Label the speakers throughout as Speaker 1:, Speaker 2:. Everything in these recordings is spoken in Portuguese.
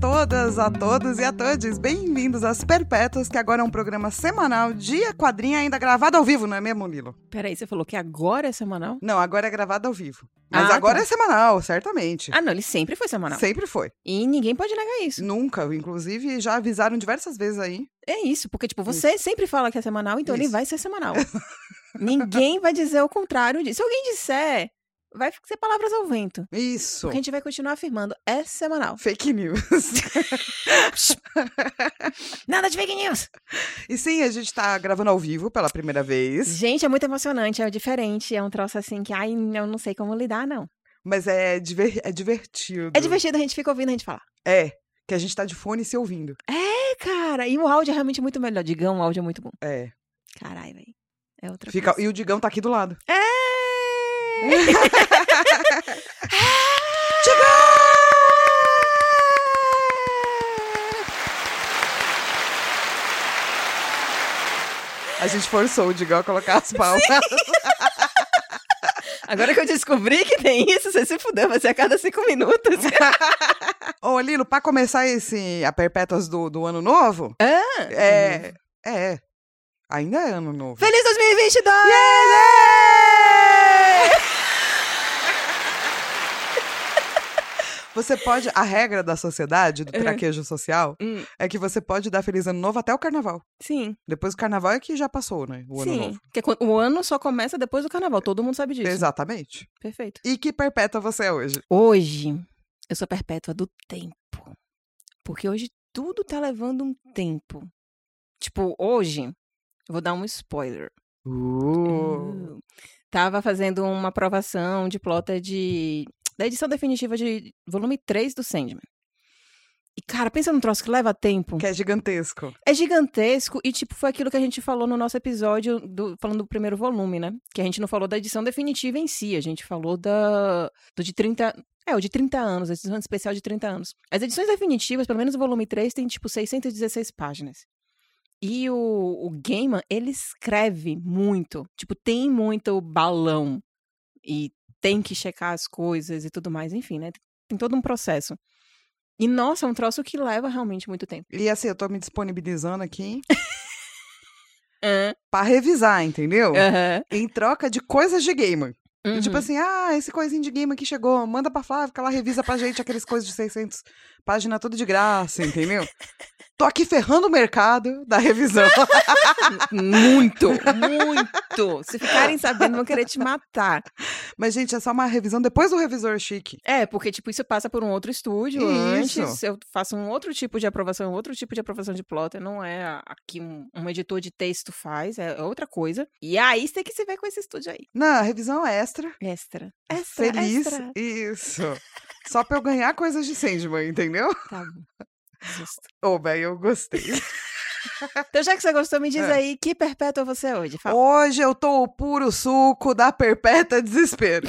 Speaker 1: todas, a todos e a todes. Bem-vindos às Perpétuas, que agora é um programa semanal, dia quadrinha, ainda gravado ao vivo, não é mesmo, Lilo?
Speaker 2: Peraí, você falou que agora é semanal?
Speaker 1: Não, agora é gravado ao vivo. Mas
Speaker 2: Ah,
Speaker 1: agora
Speaker 2: tá.
Speaker 1: é semanal, certamente.
Speaker 2: Ah, não, ele sempre foi semanal.
Speaker 1: Sempre foi.
Speaker 2: E ninguém pode negar isso.
Speaker 1: Nunca, inclusive já avisaram diversas vezes aí.
Speaker 2: É isso, porque, tipo, você sempre fala que é semanal, então ele
Speaker 1: Isso.
Speaker 2: vai ser semanal. ninguém vai dizer o contrário disso. Se alguém disser, vai ser palavras ao vento.
Speaker 1: Isso.
Speaker 2: Porque a gente vai continuar afirmando, é semanal.
Speaker 1: Fake news.
Speaker 2: Nada de fake news!
Speaker 1: e sim, a gente tá gravando ao vivo pela primeira vez,
Speaker 2: Gente, é muito emocionante, é diferente, é um troço assim que, ai, eu não sei como lidar, não.
Speaker 1: mas é, diver- é divertido.
Speaker 2: É divertido, a gente fica ouvindo a gente falar.
Speaker 1: É, que a gente tá de fone e se ouvindo.
Speaker 2: É, cara, e o áudio é realmente muito melhor. Digão, o áudio é muito bom.
Speaker 1: É.
Speaker 2: Caralho, velho. É outra
Speaker 1: Fica...
Speaker 2: coisa.
Speaker 1: E o Digão tá aqui do lado.
Speaker 2: É!
Speaker 1: A gente forçou o Digão a colocar as palmas.
Speaker 2: Agora que eu descobri que tem isso, você se fudeu, vai ser a cada cinco minutos.
Speaker 1: Ô, Lilo, pra começar esse a Perpétuas do, do ano novo. É. É. Ainda é ano novo.
Speaker 2: Feliz 2022!
Speaker 1: Você pode. A regra da sociedade, do
Speaker 2: É.
Speaker 1: traquejo social,
Speaker 2: Hum,
Speaker 1: é que você pode dar feliz ano novo até o carnaval.
Speaker 2: sim,
Speaker 1: Depois do carnaval é que já passou, né? O ano
Speaker 2: sim.
Speaker 1: novo.
Speaker 2: Porque é quan- o ano só começa depois do carnaval, todo mundo sabe disso.
Speaker 1: Exatamente.
Speaker 2: Perfeito.
Speaker 1: E que perpétua você é hoje?
Speaker 2: Hoje, eu sou perpétua do tempo. Porque hoje tudo tá levando um tempo. Tipo, hoje, vou dar um spoiler.
Speaker 1: Uh.
Speaker 2: Uh, Tava fazendo uma aprovação de plota de da edição definitiva de volume 3 do Sandman. E, cara, pensa num troço que leva tempo.
Speaker 1: Que é gigantesco.
Speaker 2: É gigantesco e, tipo, foi aquilo que a gente falou no nosso episódio do- falando do primeiro volume, né? Que a gente não falou da edição definitiva em si, a gente falou da, do de 30... É, o de 30 anos, a edição especial de 30 anos. As edições definitivas, pelo menos o volume 3, tem, tipo, 616 páginas. E o, o Gaiman, ele escreve muito. Tipo, tem muito balão. E tem que checar as coisas e tudo mais, enfim, né? Tem todo um processo. E, nossa, é um troço que leva realmente muito tempo.
Speaker 1: E assim, eu tô me disponibilizando aqui
Speaker 2: Ahn.
Speaker 1: pra revisar, entendeu?
Speaker 2: Aham.
Speaker 1: Em troca de coisas de gamer.
Speaker 2: Uhum.
Speaker 1: E Tipo assim, ah, esse coisinho de game aqui chegou, manda pra Flávia, que ela revisa pra gente aqueles coisas de 600 páginas tudo de graça, entendeu? Tô aqui ferrando o mercado da revisão.
Speaker 2: Muito, muito. Se ficarem sabendo, vão querer te matar.
Speaker 1: Mas, gente, é só uma revisão depois do revisor chique.
Speaker 2: É, porque, tipo, isso passa por um outro estúdio
Speaker 1: Isso.
Speaker 2: antes. Eu faço um outro tipo de aprovação, outro tipo de aprovação de plotter. Não é a- a que um, um editor de texto faz, é outra coisa. E aí você tem que se ver com esse estúdio aí.
Speaker 1: Não, a revisão é extra.
Speaker 2: Extra. Extra,
Speaker 1: feliz.
Speaker 2: extra.
Speaker 1: Isso. Só pra eu ganhar coisas de Sandman, entendeu?
Speaker 2: Tá bom. Justo.
Speaker 1: Ô, bem, eu gostei.
Speaker 2: Então, já que você gostou, me diz
Speaker 1: É.
Speaker 2: aí que perpétua você é hoje. Fala.
Speaker 1: Hoje eu tô o puro suco da perpétua desespero.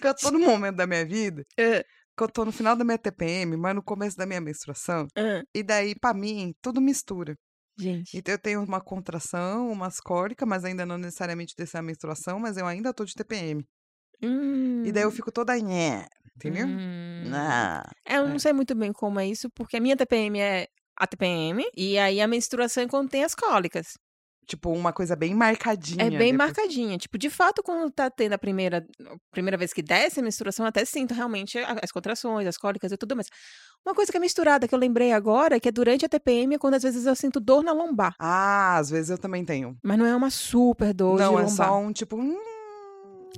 Speaker 1: que eu tô num momento da minha vida,
Speaker 2: É.
Speaker 1: que eu tô no final da minha TPM, mas no começo da minha menstruação.
Speaker 2: Ah,
Speaker 1: E daí, pra mim, tudo mistura.
Speaker 2: gente.
Speaker 1: Então eu tenho uma contração, umas cólicas, mas ainda não necessariamente dessa menstruação, mas eu ainda tô de TPM. E daí eu fico toda nhé, entendeu?
Speaker 2: Hum.
Speaker 1: Ah.
Speaker 2: É, eu
Speaker 1: É.
Speaker 2: não sei muito bem como é isso, porque a minha TPM é a TPM, e aí a menstruação é quando tem as cólicas.
Speaker 1: Tipo, uma coisa bem marcadinha.
Speaker 2: É bem
Speaker 1: depois.
Speaker 2: marcadinha. Tipo, de fato, quando tá tendo a primeira, a primeira vez que desce a menstruação, eu até sinto realmente a- as contrações, as cólicas e tudo mais. Uma coisa que é misturada, que eu lembrei agora, que é durante a TPM, é quando às vezes eu sinto dor na lombar.
Speaker 1: Ah, às vezes eu também tenho.
Speaker 2: Mas não é uma super dor
Speaker 1: não,
Speaker 2: de
Speaker 1: é
Speaker 2: lombar.
Speaker 1: só um tipo. hum,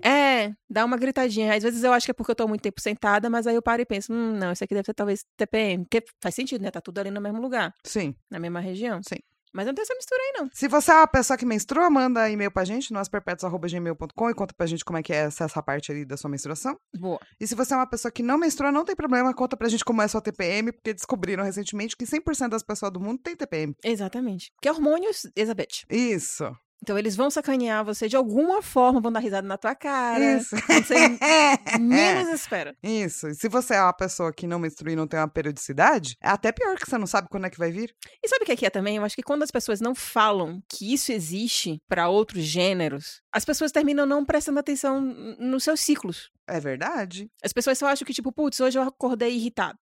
Speaker 2: É, dá uma gritadinha. Às vezes eu acho que é porque eu tô muito tempo sentada, mas aí eu paro e penso, hum, não, isso aqui deve ser talvez TPM. Porque faz sentido, né? Tá tudo ali no mesmo lugar.
Speaker 1: Sim.
Speaker 2: Na mesma região?
Speaker 1: Sim.
Speaker 2: Mas não tem essa mistura aí, não.
Speaker 1: Se você é uma pessoa que menstrua, manda e-mail pra gente, noasperpetuos.gmail.com e conta pra gente como é que é essa, essa parte ali da sua menstruação.
Speaker 2: Boa.
Speaker 1: E se você é uma pessoa que não menstrua, não tem problema, conta pra gente como é a sua TPM, porque descobriram recentemente que 100% das pessoas do mundo tem TPM.
Speaker 2: Exatamente. Porque hormônios, Elizabeth.
Speaker 1: Isso.
Speaker 2: Então eles vão sacanear você de alguma forma, vão dar risada na tua cara. é.
Speaker 1: Isso. É.
Speaker 2: Quando você menos espera.
Speaker 1: Isso. E se você é uma pessoa que não menstrua e não tem uma periodicidade, é até pior que você não sabe quando é que vai vir.
Speaker 2: E sabe o que é, que é também? Eu acho que quando as pessoas não falam que isso existe pra outros gêneros, as pessoas terminam não prestando atenção n- nos seus ciclos.
Speaker 1: É verdade.
Speaker 2: As pessoas só acham que, tipo, putz, hoje eu acordei irritado.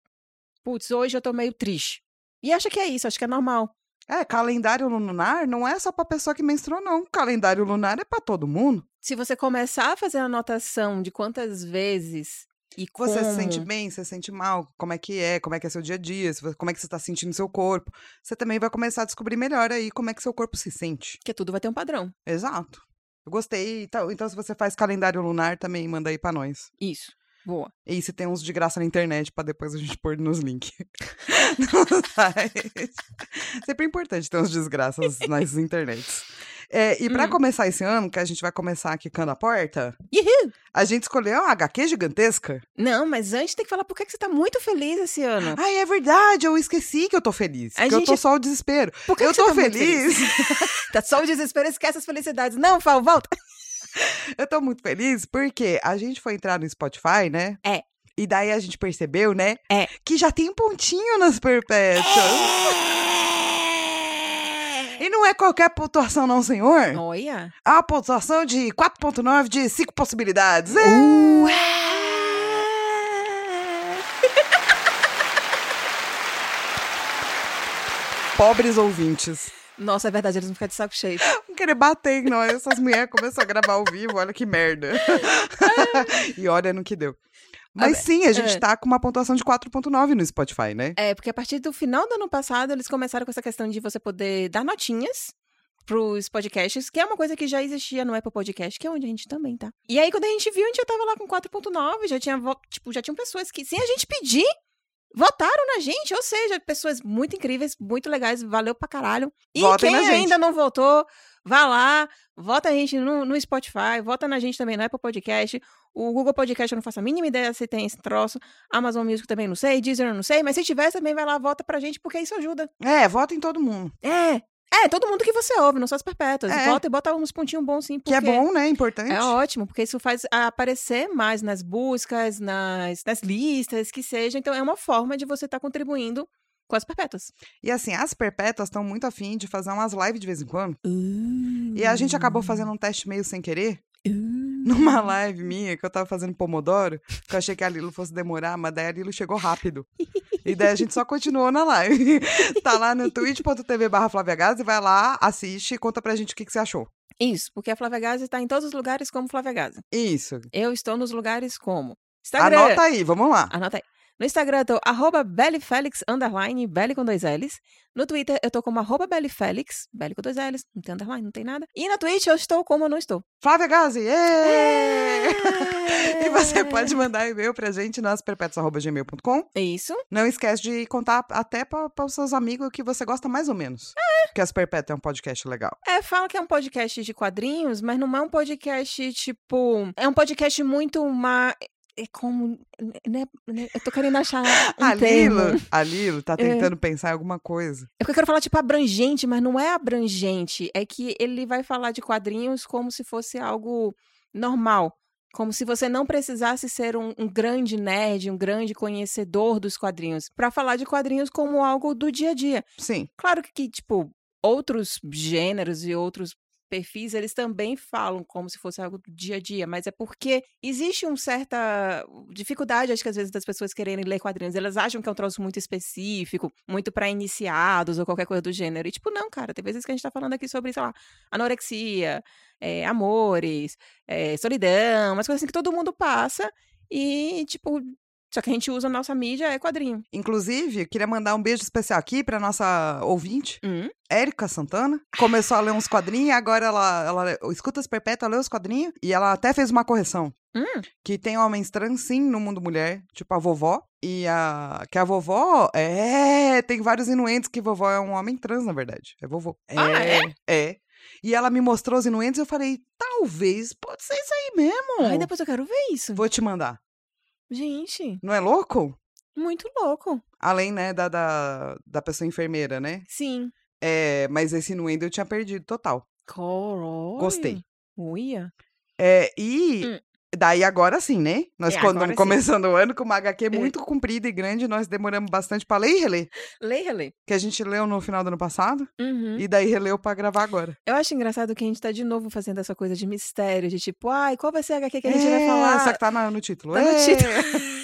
Speaker 2: putz, hoje eu tô meio triste. E acha que é isso, acha que é normal.
Speaker 1: É, calendário lunar não é só pra pessoa que menstruou, não. Calendário lunar é pra todo mundo.
Speaker 2: Se você começar a fazer a anotação de quantas vezes e como...
Speaker 1: Você se sente bem, você se sente mal, como é que é, como é que é seu dia a dia, se vo- como é que você tá sentindo seu corpo. Você também vai começar a descobrir melhor aí como é que seu corpo se sente.
Speaker 2: Porque tudo vai ter um padrão.
Speaker 1: Exato. Eu gostei. Então, então se você faz calendário lunar, também manda aí pra nós.
Speaker 2: Isso. Boa.
Speaker 1: E se tem uns de graça na internet pra depois a gente pôr nos links. No site. Sempre é importante ter uns desgraças nas internets. É, e pra
Speaker 2: Hum.
Speaker 1: começar esse ano, que a gente vai começar quicando a porta,
Speaker 2: Uhul!
Speaker 1: a gente escolheu uma HQ gigantesca.
Speaker 2: Não, mas antes tem que falar por que que você tá muito feliz esse ano.
Speaker 1: Ai, é verdade, eu esqueci que eu tô feliz. que
Speaker 2: A
Speaker 1: eu tô
Speaker 2: gente-
Speaker 1: só o desespero.
Speaker 2: Por que
Speaker 1: eu
Speaker 2: que você
Speaker 1: tô
Speaker 2: tá muito
Speaker 1: feliz,
Speaker 2: Tá só o desespero, esquece as felicidades. Não, Fal, volta.
Speaker 1: eu tô muito feliz porque a gente foi entrar no Spotify, né?
Speaker 2: É.
Speaker 1: E daí a gente percebeu, né?
Speaker 2: É.
Speaker 1: Que já tem pontinho nas perpétuas. E não é qualquer pontuação, não, senhor.
Speaker 2: Olha.
Speaker 1: É uma pontuação de 4.9 de 5 possibilidades. É. Pobres ouvintes.
Speaker 2: Nossa, é verdade, eles vão ficar de saco cheio.
Speaker 1: Vão querer bater em nós. Essas mulheres começam a gravar ao vivo, olha que merda. e olha no que deu. Mas sim, a gente
Speaker 2: é.
Speaker 1: tá com uma pontuação de 4.9 no Spotify, né?
Speaker 2: É, porque a partir do final do ano passado, eles começaram com essa questão de você poder dar notinhas pros podcasts, que é uma coisa que já existia no Apple Podcast, que é onde a gente também tá. E aí, quando a gente viu, a gente já tava lá com 4.9, já tinha, vo- tipo, já tinham pessoas que, sem a gente pedir, votaram na gente, ou seja, pessoas muito incríveis, muito legais, valeu pra caralho. E
Speaker 1: Votem
Speaker 2: quem
Speaker 1: na gente.
Speaker 2: ainda não votou, vá lá, vota a gente no, no Spotify, vota na gente também no Apple Podcast, o Google Podcast eu não faço a mínima ideia se tem esse troço, Amazon Music também não sei, Deezer eu não sei, mas se tiver também vai lá, vota pra gente, porque isso ajuda.
Speaker 1: É, vota em todo mundo.
Speaker 2: É, é, todo mundo que você ouve, não só as perpétuas.
Speaker 1: É.
Speaker 2: Vota e bota uns pontinhos bons sim,
Speaker 1: Que é
Speaker 2: porque
Speaker 1: bom, né? Importante.
Speaker 2: É ótimo, porque isso faz aparecer mais nas buscas, nas, nas listas, que seja. Então é uma forma de você estar contribuindo com as perpétuas.
Speaker 1: E assim, as perpétuas estão muito afim de fazer umas lives de vez em quando.
Speaker 2: Hum. é
Speaker 1: E a gente acabou fazendo um teste meio sem querer. Numa live minha que eu tava fazendo Pomodoro, que eu achei que a Lilo fosse demorar, mas daí a Lilo chegou rápido. E daí a gente só continuou na live. Tá lá no twitch.tv barra Flávia Gaza e vai lá, assiste e conta pra gente o que, que você achou.
Speaker 2: Isso, porque a Flávia Gaza está em todos os lugares como Flávia Gaza.
Speaker 1: Isso.
Speaker 2: Eu estou nos lugares como Instagram.
Speaker 1: Anota aí, vamos lá.
Speaker 2: Anota aí. No Instagram eu tô arroba belifelix, underline, belly com dois L's. No Twitter eu tô como arroba belifelix, belly com dois L's, não tem underline, não tem nada. E na Twitch eu estou como eu não estou.
Speaker 1: Flávia Gazi,
Speaker 2: É.
Speaker 1: ê! E você pode mandar e-mail pra gente, nosperpétuos.gmail.com.
Speaker 2: Isso.
Speaker 1: Não esquece de contar até pra, pra os seus amigos que você gosta mais ou menos. Porque as Perpétuas é um podcast legal.
Speaker 2: É, fala que é um podcast de quadrinhos, mas não é um podcast, tipo... É um podcast muito uma... É como... né, né, eu tô querendo achar um
Speaker 1: a,
Speaker 2: termo.
Speaker 1: Ah, Lilo, a Lilo tá tentando pensar em alguma coisa.
Speaker 2: É porque eu quero falar, tipo, abrangente, mas não é abrangente. É que ele vai falar de quadrinhos como se fosse algo normal. Como se você não precisasse ser um, um grande nerd, um grande conhecedor dos quadrinhos, Pra falar de quadrinhos como algo do dia a dia.
Speaker 1: Sim.
Speaker 2: Claro que, que, tipo, outros gêneros e outros perfis, eles também falam como se fosse algo do dia a dia, mas é porque existe uma certa uh, dificuldade, acho que às vezes, das pessoas quererem ler quadrinhos. Elas acham que é um troço muito específico, muito pra iniciados ou qualquer coisa do gênero. E, tipo, não, cara, tem vezes que a gente tá falando aqui sobre, sei lá, anorexia, eh, amores, eh, solidão, umas coisas assim que todo mundo passa e, tipo, só que a gente usa a nossa mídia é quadrinho.
Speaker 1: Inclusive, eu queria mandar um beijo especial aqui pra nossa ouvinte,
Speaker 2: Hum.
Speaker 1: Érica Santana. Começou a ler uns quadrinhos e agora ela, ela escuta as perpétuas, lê os quadrinhos e ela até fez uma correção.
Speaker 2: Hum.
Speaker 1: Que tem homens trans, sim, no mundo mulher, tipo a vovó. E a. Que a vovó. É. Tem vários inuentes que vovó é um homem trans, na verdade. É vovô. É.
Speaker 2: Ah,
Speaker 1: É. E ela me mostrou os inuentes e eu falei, talvez, pode ser isso aí mesmo.
Speaker 2: Ai, depois eu quero ver isso.
Speaker 1: Vou te mandar.
Speaker 2: Gente,
Speaker 1: Não é louco?
Speaker 2: muito louco.
Speaker 1: Além, né, da, da, da pessoa enfermeira, né?
Speaker 2: Sim.
Speaker 1: É, mas esse Nuendo eu tinha perdido total.
Speaker 2: Coroi.
Speaker 1: Gostei.
Speaker 2: Uia.
Speaker 1: É, e
Speaker 2: Hum.
Speaker 1: daí agora sim, né? Nós
Speaker 2: É,
Speaker 1: quando
Speaker 2: agora sim.
Speaker 1: começando o ano com uma HQ
Speaker 2: Uhum.
Speaker 1: muito comprida e grande, nós demoramos bastante pra ler e reler.
Speaker 2: Leia, Lê.
Speaker 1: Que a gente leu no final do ano passado
Speaker 2: Hum.
Speaker 1: e daí releu pra gravar agora.
Speaker 2: Uhum. Eu acho engraçado que a gente tá de novo fazendo essa coisa de mistério, de tipo, ai, qual vai ser a HQ que a gente vai
Speaker 1: É,
Speaker 2: falar?
Speaker 1: Só que tá na- no título.
Speaker 2: Tá no
Speaker 1: É.
Speaker 2: título.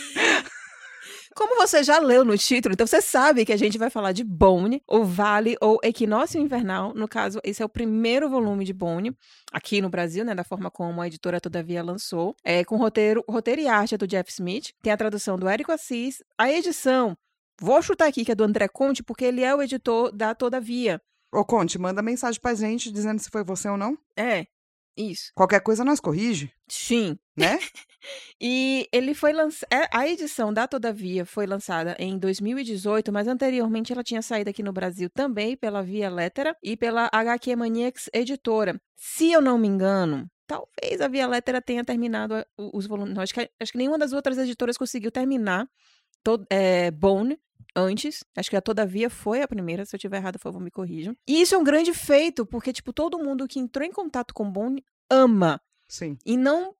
Speaker 2: Como você já leu no título, então você sabe que a gente vai falar de Bone, ou Vale, ou Equinócio Invernal. No caso, esse é o primeiro volume de Bone, aqui no Brasil, né? Da forma como a editora Todavia lançou. É, com roteiro, roteiro e arte é do Jeff Smith. Tem a tradução do Érico Assis. A edição, vou chutar aqui, que é do André Conte, porque ele é o editor da Todavia.
Speaker 1: Ô, Conte, manda mensagem pra gente dizendo se foi você ou não.
Speaker 2: É, isso.
Speaker 1: Qualquer coisa nós corrige,
Speaker 2: Sim.
Speaker 1: né?
Speaker 2: E ele foi lançado. A edição da Todavia foi lançada em 2018, mas anteriormente ela tinha saído aqui no Brasil também pela Via Lettera e pela HQ Maniacs Editora. Se eu não me engano, talvez a Via Lettera tenha terminado a- o- os volumes. não, Acho que, acho que nenhuma das outras editoras conseguiu terminar to- é, Bone antes. Acho que a Todavia foi a primeira. Se eu tiver errado, por favor, me corrijam. E isso é um grande feito, porque, tipo, todo mundo que entrou em contato com Bone ama
Speaker 1: Sim.
Speaker 2: e não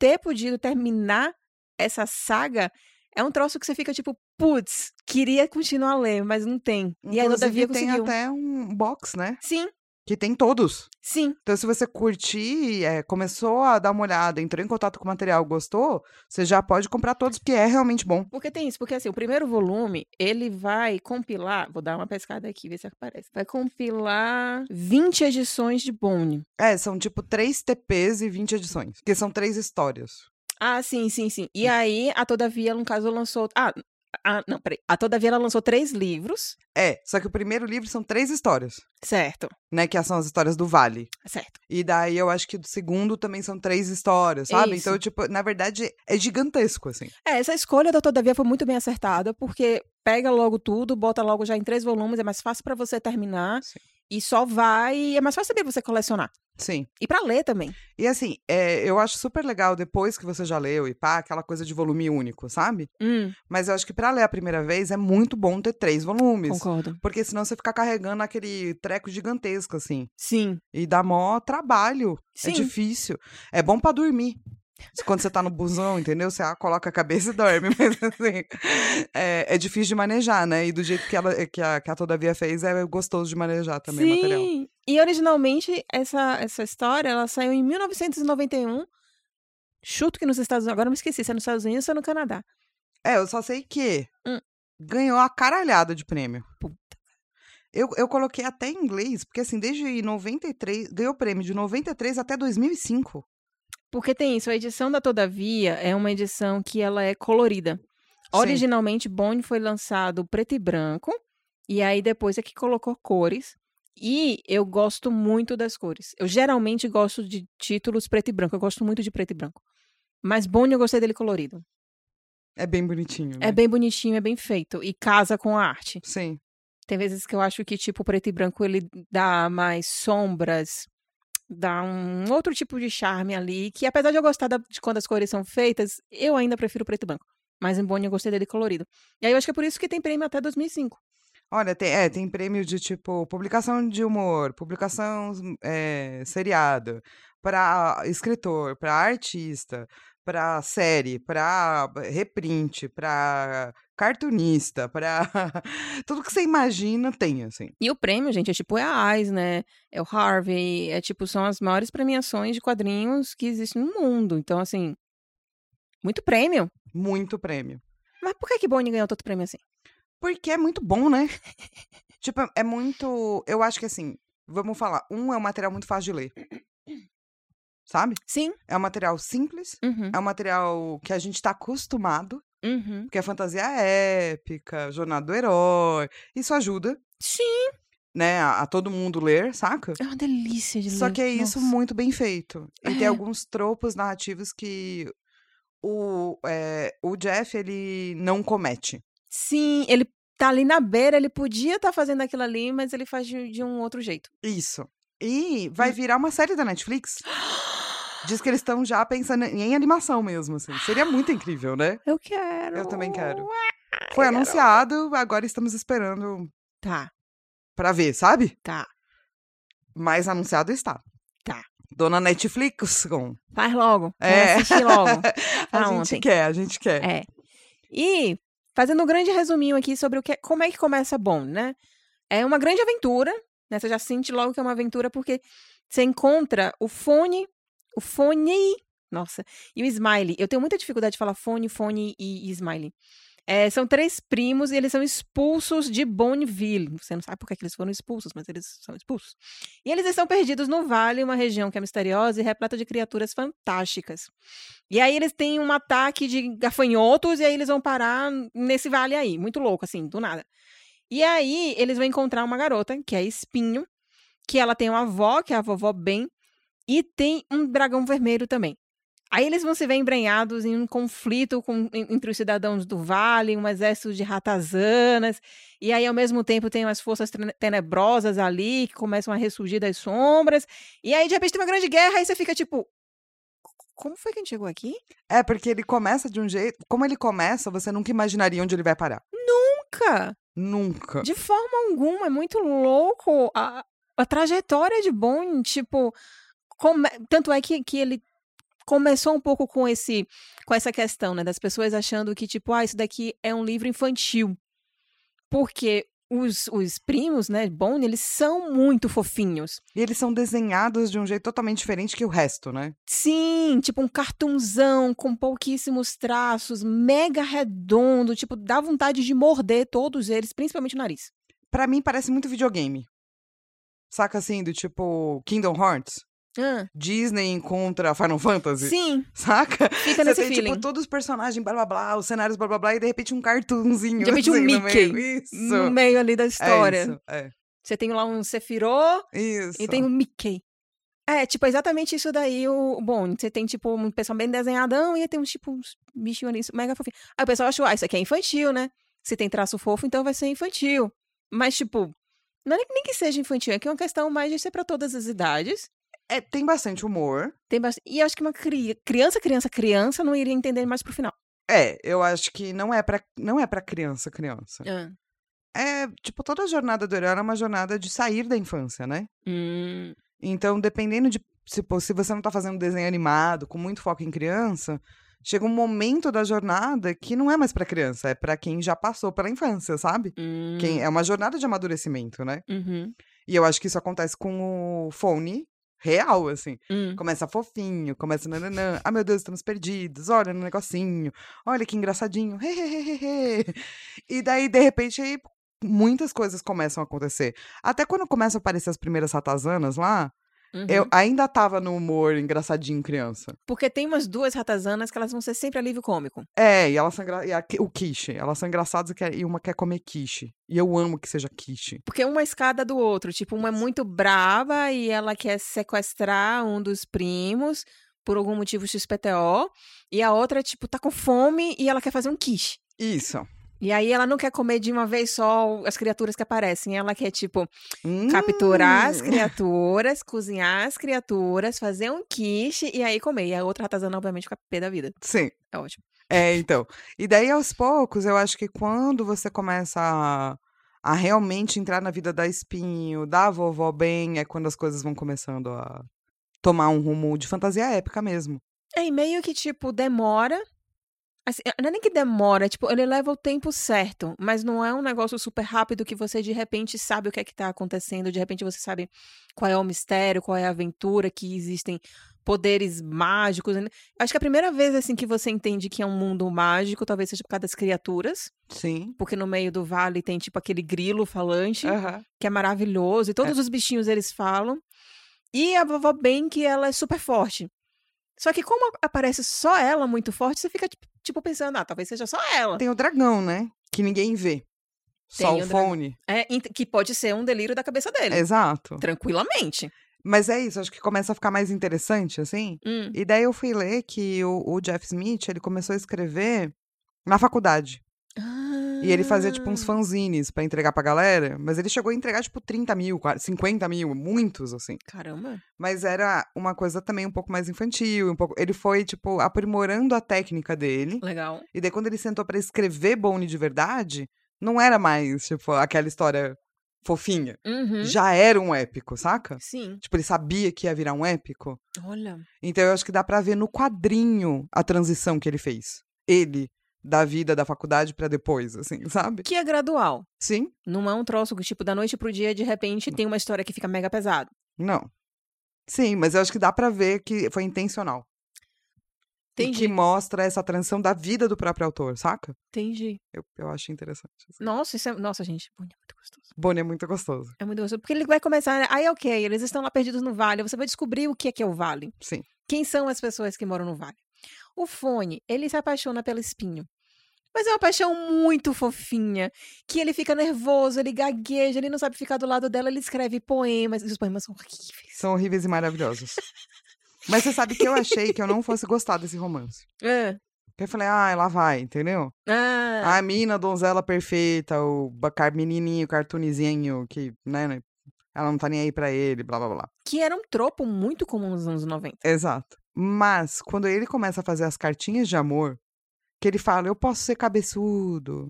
Speaker 2: ter podido terminar essa saga é um troço que você fica tipo, putz, queria continuar a ler, mas não tem. e aí
Speaker 1: Inclusive,
Speaker 2: Todavia
Speaker 1: tem
Speaker 2: conseguiu.
Speaker 1: até um box, né?
Speaker 2: Sim,
Speaker 1: Que tem todos.
Speaker 2: sim.
Speaker 1: Então, se você curtir, é, começou a dar uma olhada, entrou em contato com o material, gostou, você já pode comprar todos, porque é realmente bom.
Speaker 2: Porque tem isso, porque assim, o primeiro volume, ele vai compilar, vou dar uma pescada aqui, ver se aparece. Vai compilar 20 edições de Bone.
Speaker 1: É, são tipo 3 TPs e 20 edições, que são três histórias.
Speaker 2: Ah, sim, sim, sim. E aí a Todavia, no caso, lançou, ah, ah, não, peraí. A Todavia ela lançou três livros,
Speaker 1: É, só que o primeiro livro são três histórias,
Speaker 2: certo?
Speaker 1: né? Que são as histórias do Vale.
Speaker 2: Certo.
Speaker 1: E daí eu acho que do segundo também são três histórias, sabe?
Speaker 2: Isso.
Speaker 1: Então, tipo, na verdade é gigantesco, assim.
Speaker 2: É, essa escolha da Todavia foi muito bem acertada, porque pega logo tudo, bota logo já em três volumes, é mais fácil pra você terminar.
Speaker 1: Sim.
Speaker 2: E só vai. É mais fácil também você colecionar.
Speaker 1: Sim.
Speaker 2: E pra ler também.
Speaker 1: E assim, é, eu acho super legal depois que você já leu e pá, aquela coisa de volume único, sabe? Mas eu acho que pra ler a primeira vez é muito bom ter três volumes.
Speaker 2: concordo.
Speaker 1: Porque senão você fica carregando aquele treco gigantesco, assim.
Speaker 2: Sim.
Speaker 1: E dá mó trabalho.
Speaker 2: Sim.
Speaker 1: É difícil. É bom pra dormir. Quando você tá no busão, entendeu? Você ah, coloca a cabeça e dorme. Mas assim, é, é difícil de manejar, né? E do jeito que, ela, que, a, que a Todavia fez, é gostoso de manejar também o material.
Speaker 2: Sim. E originalmente, essa, essa história ela saiu em 1991. Chuto que nos Estados Unidos. Agora eu me esqueci se é nos Estados Unidos ou se é no Canadá.
Speaker 1: É, eu só sei que
Speaker 2: Hum.
Speaker 1: ganhou a caralhada de prêmio.
Speaker 2: Puta.
Speaker 1: Eu, eu coloquei até em inglês, porque assim, desde 93, ganhou prêmio de 93 até 2005.
Speaker 2: Porque tem isso, a edição da Todavia é uma edição que ela é colorida.
Speaker 1: Sim.
Speaker 2: Originalmente, Bone foi lançado preto e branco, e aí depois é que colocou cores. E eu gosto muito das cores. Eu geralmente gosto de títulos preto e branco, eu gosto muito de preto e branco. Mas Bone eu gostei dele colorido.
Speaker 1: É bem bonitinho.
Speaker 2: É
Speaker 1: né?
Speaker 2: bem bonitinho, é bem feito e casa com a arte.
Speaker 1: Sim.
Speaker 2: Tem vezes que eu acho que tipo preto e branco ele dá mais sombras, dá um outro tipo de charme ali, que apesar de eu gostar da- de quando as cores são feitas, eu ainda prefiro preto e branco. Mas em Bonnie eu gostei dele colorido. E aí eu acho que é por isso que tem prêmio até 2005.
Speaker 1: Olha, tem, é, tem prêmio de tipo publicação de humor, publicação é, seriado, pra escritor, pra artista, pra série, pra reprint, pra cartunista, pra tudo que você imagina tem, assim.
Speaker 2: E o prêmio, gente, é tipo é a AIS, né? É o Harvey, é tipo são as maiores premiações de quadrinhos que existem no mundo. Então assim, muito prêmio.
Speaker 1: Muito prêmio.
Speaker 2: Mas por que que Bonnie ganhou tanto prêmio assim?
Speaker 1: Porque é muito bom, né? tipo, é- é muito. Eu acho que assim, vamos falar, um é um material muito fácil de ler. Sabe?
Speaker 2: Sim.
Speaker 1: É um material simples,
Speaker 2: Uhum.
Speaker 1: é um material que a gente tá acostumado.
Speaker 2: Uhum.
Speaker 1: Porque a fantasia é épica, jornada do herói. Isso ajuda,
Speaker 2: Sim.
Speaker 1: né, a, a todo mundo ler, saca?
Speaker 2: É uma delícia de
Speaker 1: Só
Speaker 2: ler.
Speaker 1: que é isso
Speaker 2: Nossa.
Speaker 1: muito bem feito. E
Speaker 2: É.
Speaker 1: tem alguns tropos narrativos que o, é, o Jeff, ele não comete.
Speaker 2: Sim, ele tá ali na beira, ele podia estar fazendo aquilo ali, mas ele faz de, de um outro jeito.
Speaker 1: Isso. E vai
Speaker 2: Hum.
Speaker 1: virar uma série da Netflix. Diz que eles estão já pensando em em animação mesmo, assim. Seria muito incrível, né?
Speaker 2: Eu quero.
Speaker 1: Eu também quero. Foi
Speaker 2: garoto.
Speaker 1: anunciado, agora estamos esperando
Speaker 2: Tá,
Speaker 1: pra ver, sabe?
Speaker 2: tá.
Speaker 1: Mas anunciado está.
Speaker 2: Tá.
Speaker 1: Dona Netflix, com.
Speaker 2: Faz logo.
Speaker 1: É.
Speaker 2: É. Assistir logo.
Speaker 1: A
Speaker 2: Ah,
Speaker 1: gente
Speaker 2: ontem.
Speaker 1: quer, a gente quer.
Speaker 2: É. E fazendo um grande resuminho aqui sobre o que, como é que começa bom, né? É uma grande aventura, né? Você já sente logo que é uma aventura porque você encontra o fone, o fone, nossa, e o smiley. Eu tenho muita dificuldade de falar fone, fone e, e smiley. É, são três primos e eles são expulsos de Bonneville. Você não sabe por que que eles foram expulsos, mas eles são expulsos. E eles estão perdidos no vale, uma região que é misteriosa e repleta de criaturas fantásticas. E aí eles têm um ataque de gafanhotos e aí eles vão parar nesse vale aí, muito louco assim, do nada. E aí eles vão encontrar uma garota, que é Espinho, que ela tem uma avó, que é a vovó Ben, e tem um dragão vermelho também. Aí eles vão se ver embrenhados em um conflito com- en- entre os cidadãos do vale, um exército de ratazanas, e aí ao mesmo tempo tem umas forças tene- tenebrosas ali que começam a ressurgir das sombras, e aí de repente tem uma grande guerra, e você fica tipo, como foi que a gente chegou aqui?
Speaker 1: É, porque ele começa de um jeito. Como ele começa, você nunca imaginaria onde ele vai parar.
Speaker 2: Nunca!
Speaker 1: Nunca.
Speaker 2: De forma alguma, é muito louco a, a trajetória de Bond, tipo, come- tanto é que, que ele começou um pouco com esse com essa questão, né, das pessoas achando que tipo, ah, isso daqui é um livro infantil. Porque os, os primos, né, Bond, eles são muito fofinhos.
Speaker 1: E eles são desenhados de um jeito totalmente diferente que o resto, né?
Speaker 2: Sim, tipo um cartunzão com pouquíssimos traços, mega redondo, tipo, dá vontade de morder todos eles, principalmente o nariz.
Speaker 1: Pra mim parece muito videogame. Saca assim, do tipo Kingdom Hearts?
Speaker 2: Ah,
Speaker 1: Disney contra Final Fantasy?
Speaker 2: sim,
Speaker 1: Saca? Você
Speaker 2: fica nesse
Speaker 1: tem,
Speaker 2: feeling.
Speaker 1: tipo, todos os personagens, blá blá blá, os cenários, blá blá blá, e de repente um cartoonzinho.
Speaker 2: De repente um
Speaker 1: assim, no
Speaker 2: Mickey
Speaker 1: meio. Isso.
Speaker 2: no meio ali da
Speaker 1: É
Speaker 2: história.
Speaker 1: isso. É.
Speaker 2: Você tem lá um Sephiroth
Speaker 1: isso.
Speaker 2: e tem um Mickey. É, tipo, é exatamente isso daí, o bom, você tem, tipo, um pessoal bem desenhadão e aí tem uns, tipo, uns bichinhos ali, mega fofinho. Aí o pessoal achou, ah, isso aqui é infantil, né? Se tem traço fofo, então vai ser infantil. Mas, tipo, não é nem que seja infantil, é que é uma questão mais de ser pra todas as idades.
Speaker 1: É, tem bastante humor.
Speaker 2: Tem bast... E eu acho que uma cri- criança, criança, criança não iria entender mais pro final.
Speaker 1: É, eu acho que não é pra, não é pra criança, criança.
Speaker 2: Ah.
Speaker 1: É, tipo, toda a jornada do herói é uma jornada de sair da infância, né?
Speaker 2: Hum.
Speaker 1: Então, dependendo de. Se, pô, se você não tá fazendo desenho animado, com muito foco em criança, chega um momento da jornada que não é mais pra criança, é pra quem já passou pela infância, sabe?
Speaker 2: Hum.
Speaker 1: Quem, é uma jornada de amadurecimento, né?
Speaker 2: Uhum.
Speaker 1: E eu acho que isso acontece com o fone real, assim.
Speaker 2: Hum.
Speaker 1: Começa fofinho, começa nananã. Ah, meu Deus, estamos perdidos. Olha no negocinho. Olha que engraçadinho. hehehehe. E daí, de repente, aí, muitas coisas começam a acontecer. Até quando começam a aparecer as primeiras ratazanas lá,
Speaker 2: Uhum.
Speaker 1: eu ainda tava no humor engraçadinho criança.
Speaker 2: Porque tem umas duas ratazanas que elas vão ser sempre alívio cômico.
Speaker 1: É, e elas são engra- e a qui- o quiche. Elas são engraçadas e quer- e uma quer comer quiche. E eu amo que seja quiche.
Speaker 2: Porque uma é escada do outro. Tipo, uma é muito brava e ela quer sequestrar um dos primos por algum motivo XPTO. E a outra, tipo, tá com fome e ela quer fazer um quiche.
Speaker 1: Isso.
Speaker 2: E aí ela não quer comer de uma vez só as criaturas que aparecem. Ela quer, tipo,
Speaker 1: Hum.
Speaker 2: capturar as criaturas, cozinhar as criaturas, fazer um quiche e aí comer. E a outra ratazana, obviamente, fica pé da vida.
Speaker 1: Sim.
Speaker 2: É ótimo.
Speaker 1: É, então. E daí, aos poucos, eu acho que quando você começa a, a realmente entrar na vida da espinho, da vovó bem, é quando as coisas vão começando a tomar um rumo de fantasia épica mesmo.
Speaker 2: É, e meio que, tipo, demora. Assim, não é nem que demora, é, tipo, ele leva o tempo certo, mas não é um negócio super rápido que você de repente sabe o que é que tá acontecendo, de repente você sabe qual é o mistério, qual é a aventura, que existem poderes mágicos. né? Acho que a primeira vez, assim, que você entende que é um mundo mágico, talvez seja por causa das criaturas,
Speaker 1: Sim.
Speaker 2: porque no meio do vale tem, tipo, aquele grilo falante
Speaker 1: Aham.
Speaker 2: que é maravilhoso, e todos os bichinhos eles falam. E a vovó Ben, que ela é super forte. Só que como a- aparece só ela muito forte, você fica tipo, tipo, pensando, ah, talvez seja só ela.
Speaker 1: Tem o dragão, né? Que ninguém vê. Só
Speaker 2: Tem
Speaker 1: o É.
Speaker 2: o dragão.
Speaker 1: fone.
Speaker 2: É, ent- que pode ser um delírio da cabeça dele.
Speaker 1: Exato.
Speaker 2: Tranquilamente.
Speaker 1: Mas é isso, acho que começa a ficar mais interessante, assim.
Speaker 2: Hum.
Speaker 1: E daí eu fui ler que o, o Jeff Smith, ele começou a escrever na faculdade. E ele fazia, tipo, uns
Speaker 2: Ah.
Speaker 1: fanzines pra entregar pra galera. Mas ele chegou a entregar, tipo, 30 mil, 40, 50 mil, muitos, assim.
Speaker 2: Caramba.
Speaker 1: Mas era uma coisa também um pouco mais infantil. Um pouco... Ele foi, tipo, aprimorando a técnica dele.
Speaker 2: Legal.
Speaker 1: E daí, quando ele sentou pra escrever Bone de verdade, não era mais, tipo, aquela história fofinha.
Speaker 2: Uhum.
Speaker 1: Já era um épico, saca?
Speaker 2: Sim.
Speaker 1: Tipo, ele sabia que ia virar um épico.
Speaker 2: Olha.
Speaker 1: Então, eu acho que dá pra ver no quadrinho a transição que ele fez. Ele, da vida da faculdade pra depois, assim, sabe?
Speaker 2: Que é gradual.
Speaker 1: Sim?
Speaker 2: Não é um troço que, tipo, da noite pro dia, de repente, tem uma história que fica mega pesada.
Speaker 1: Não. Sim, mas eu acho que dá pra ver que foi intencional. E que
Speaker 2: Entendi,
Speaker 1: mostra essa transição da vida do próprio autor, saca?
Speaker 2: entendi.
Speaker 1: Eu, eu acho interessante. assim.
Speaker 2: Nossa, isso é... Nossa, gente, Bonnie é muito gostoso.
Speaker 1: Bonnie é muito gostoso.
Speaker 2: É muito gostoso. Porque ele vai começar, né? Aí, ok, eles estão lá perdidos no vale. Você vai descobrir o que é que é o vale.
Speaker 1: Sim.
Speaker 2: Quem são as pessoas que moram no vale? O Fone, ele se apaixona pelo Espinho. Mas é uma paixão muito fofinha, que ele fica nervoso, ele gagueja, ele não sabe ficar do lado dela, ele escreve poemas, e os poemas são horríveis.
Speaker 1: São horríveis e maravilhosos. Mas você sabe que eu achei que eu não fosse gostar desse romance. Porque eu falei, ah, lá vai, entendeu?
Speaker 2: É, Ah,
Speaker 1: A mina, a donzela perfeita, o bacar menininho, cartunizinho, que, né, né, ela não tá nem aí pra ele, blá, blá, blá.
Speaker 2: Que era um tropo muito comum nos anos 90.
Speaker 1: Exato. Mas, quando ele começa a fazer as cartinhas de amor, que ele fala, eu posso ser cabeçudo,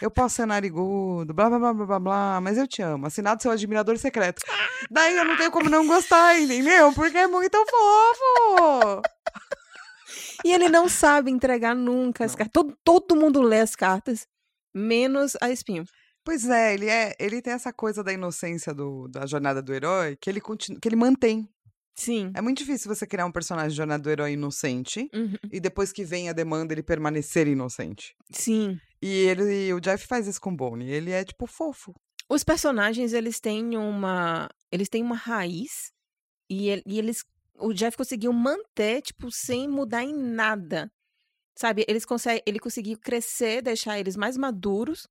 Speaker 1: eu posso ser narigudo, blá, blá, blá, blá, blá, blá, mas eu te amo. Assinado seu admirador secreto. Daí eu não tenho como não gostar, entendeu? Porque é muito fofo!
Speaker 2: E ele não sabe entregar nunca as
Speaker 1: Não.
Speaker 2: cartas. Todo, todo mundo lê as cartas, menos a Espinho.
Speaker 1: Pois é, ele é, ele tem essa coisa da inocência do, da jornada do herói que ele continua, que ele mantém.
Speaker 2: Sim.
Speaker 1: É muito difícil você criar um personagem de jornada do herói inocente
Speaker 2: Uhum.
Speaker 1: e depois que vem a demanda ele permanecer inocente.
Speaker 2: Sim.
Speaker 1: E ele, o Jeff faz isso com o Bonnie. Ele é tipo fofo.
Speaker 2: Os personagens, eles têm uma... Eles têm uma raiz e, el- e eles... O Jeff conseguiu manter, tipo, sem mudar em nada. Sabe? Eles conseguem, ele conseguiu crescer, deixar eles mais maduros,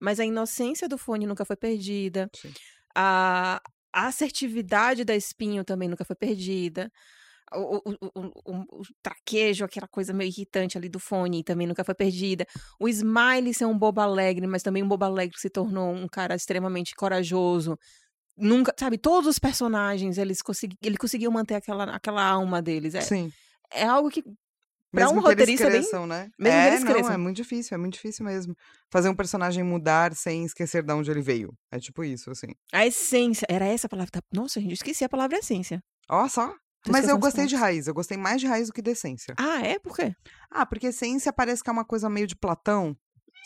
Speaker 2: mas a inocência do fone nunca foi perdida.
Speaker 1: Sim.
Speaker 2: A, a assertividade da espinho também nunca foi perdida. O, o- o- o- um, o- o traquejo, aquela coisa meio irritante ali do fone, também nunca foi perdida. O Smiley ser um bobo alegre, mas também um bobo alegre que se tornou um cara extremamente corajoso. Nunca, sabe, todos os personagens, eles consegui, ele conseguiu manter aquela, aquela alma deles. É,
Speaker 1: Sim.
Speaker 2: é algo que. Pra
Speaker 1: Mesmo
Speaker 2: um
Speaker 1: que eles
Speaker 2: roteirista é bem-
Speaker 1: cresçam, né?
Speaker 2: mesmo que
Speaker 1: é,
Speaker 2: eles
Speaker 1: não, é
Speaker 2: cresçam.
Speaker 1: muito difícil, é muito difícil mesmo. Fazer um personagem mudar sem esquecer de onde ele veio. É tipo isso, assim.
Speaker 2: A essência. Era essa a palavra. tá? Nossa, gente, eu esqueci a palavra essência.
Speaker 1: Ó só.
Speaker 2: Tô
Speaker 1: Mas eu
Speaker 2: esquecendo as
Speaker 1: gostei de
Speaker 2: palavras.
Speaker 1: raiz, eu gostei mais de raiz do que de essência.
Speaker 2: Ah, é? Por quê?
Speaker 1: Ah, porque essência parece que é uma coisa meio de Platão,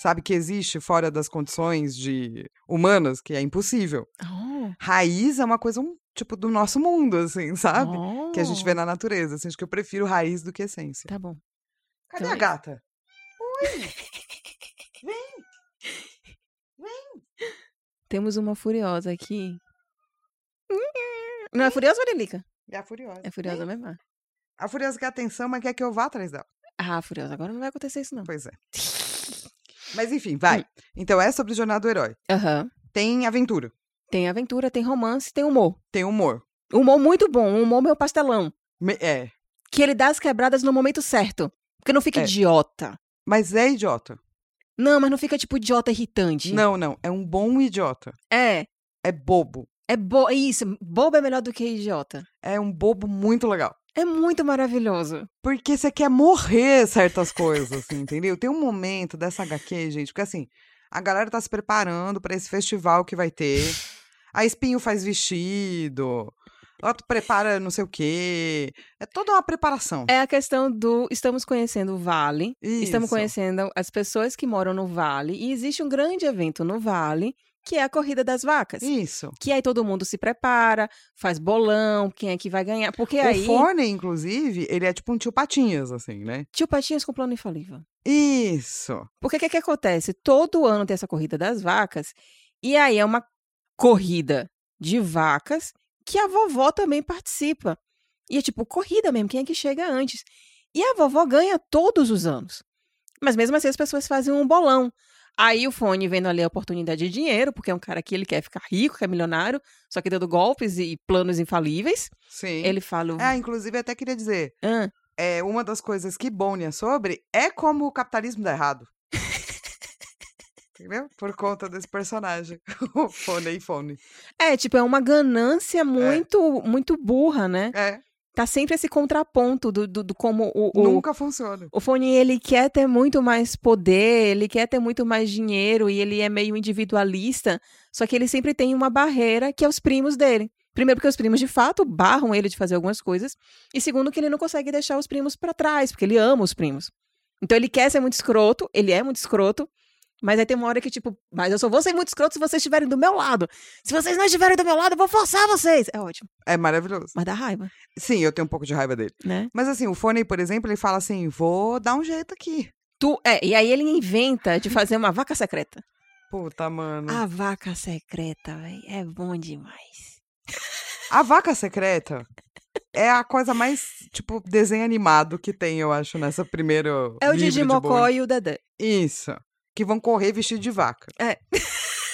Speaker 1: sabe? Que existe fora das condições de humanas, que é impossível.
Speaker 2: Oh,
Speaker 1: Raiz é uma coisa, um, tipo, do nosso mundo, assim, sabe? Que a gente vê
Speaker 2: oh,
Speaker 1: na natureza. Assim, acho que eu prefiro raiz do que essência.
Speaker 2: Tá bom.
Speaker 1: Cadê
Speaker 2: então
Speaker 1: a
Speaker 2: é-
Speaker 1: gata?
Speaker 2: Temos uma furiosa aqui. Não é furiosa, Marilica?
Speaker 1: É a Furiosa.
Speaker 2: É furiosa mesmo. ah.
Speaker 1: A Furiosa quer atenção, mas quer que eu vá atrás dela.
Speaker 2: Ah, furiosa, agora não vai acontecer isso, não. Hum.
Speaker 1: Pois é. Mas enfim, vai. Então é sobre o Jornada do Herói.
Speaker 2: Aham.
Speaker 1: Tem aventura,
Speaker 2: Tem aventura, tem romance, tem humor.
Speaker 1: tem humor.
Speaker 2: Humor muito bom, um humor meu pastelão.
Speaker 1: Me- É.
Speaker 2: Que ele dá as quebradas no momento certo. Porque não fica
Speaker 1: É.
Speaker 2: idiota.
Speaker 1: Mas é idiota.
Speaker 2: Não, mas não fica tipo idiota irritante.
Speaker 1: Não, não. É um bom idiota.
Speaker 2: É.
Speaker 1: É bobo.
Speaker 2: É bo... é isso, bobo é melhor do que idiota.
Speaker 1: É um bobo muito legal.
Speaker 2: É muito maravilhoso.
Speaker 1: Porque você quer morrer certas coisas, assim, entendeu? Tem um momento dessa HQ, gente, porque assim, a galera tá se preparando pra esse festival que vai ter. A Espinho faz vestido. Ela tu prepara não sei o quê. É toda uma preparação.
Speaker 2: É a questão do estamos conhecendo o Vale, estamos
Speaker 1: Isso.
Speaker 2: conhecendo as pessoas que moram no Vale e existe um grande evento no Vale, que é a corrida das vacas.
Speaker 1: Isso.
Speaker 2: Que aí todo mundo se prepara, faz bolão, quem é que vai ganhar. Porque
Speaker 1: O
Speaker 2: aí
Speaker 1: Forney, inclusive, ele é tipo um tio Patinhas, assim, né?
Speaker 2: tio Patinhas com plano infalível.
Speaker 1: Isso.
Speaker 2: Porque o que, que acontece? Todo ano tem essa corrida das vacas, e aí é uma corrida de vacas que a vovó também participa. E é tipo corrida mesmo, quem é que chega antes? E a vovó ganha todos os anos. Mas mesmo assim as pessoas fazem um bolão. Aí o Fone vendo ali a oportunidade de dinheiro, porque é um cara que ele quer ficar rico, que é milionário, só que dando golpes e planos infalíveis.
Speaker 1: Sim.
Speaker 2: Ele fala,
Speaker 1: É, inclusive, até queria dizer,
Speaker 2: "Ah,
Speaker 1: é, uma das coisas que Bonnie é sobre é como o capitalismo dá errado. Entendeu? Por conta desse personagem. o fone e fone.
Speaker 2: é tipo é uma ganância muito muito burra, né?
Speaker 1: É,
Speaker 2: tá sempre esse contraponto do, do, do como o, o,
Speaker 1: nunca funciona.
Speaker 2: o Fone, ele quer ter muito mais poder, ele quer ter muito mais dinheiro e ele é meio individualista, só que ele sempre tem uma barreira que é os primos dele. Primeiro porque os primos de fato barram ele de fazer algumas coisas e segundo que ele não consegue deixar os primos pra trás, porque ele ama os primos. Então ele quer ser muito escroto, ele é muito escroto, Mas aí tem uma hora que, tipo, mas eu só vou ser muito escroto se vocês estiverem do meu lado. Se vocês não estiverem do meu lado, eu vou forçar vocês. É ótimo.
Speaker 1: É maravilhoso.
Speaker 2: Mas dá raiva,
Speaker 1: Sim, eu tenho um pouco de raiva dele.
Speaker 2: né?
Speaker 1: Mas assim, o Fone, por exemplo, ele fala assim: vou dar um jeito aqui.
Speaker 2: Tu, é, e aí ele inventa de fazer uma vaca secreta.
Speaker 1: Puta, mano.
Speaker 2: A vaca secreta, velho, é bom demais.
Speaker 1: A vaca secreta é a coisa mais, tipo, desenho animado que tem, eu acho, nessa primeira.
Speaker 2: É o
Speaker 1: livro de
Speaker 2: Didi Mocó
Speaker 1: bolha.
Speaker 2: e o Dedé.
Speaker 1: Isso. Que vão correr vestido de vaca.
Speaker 2: É.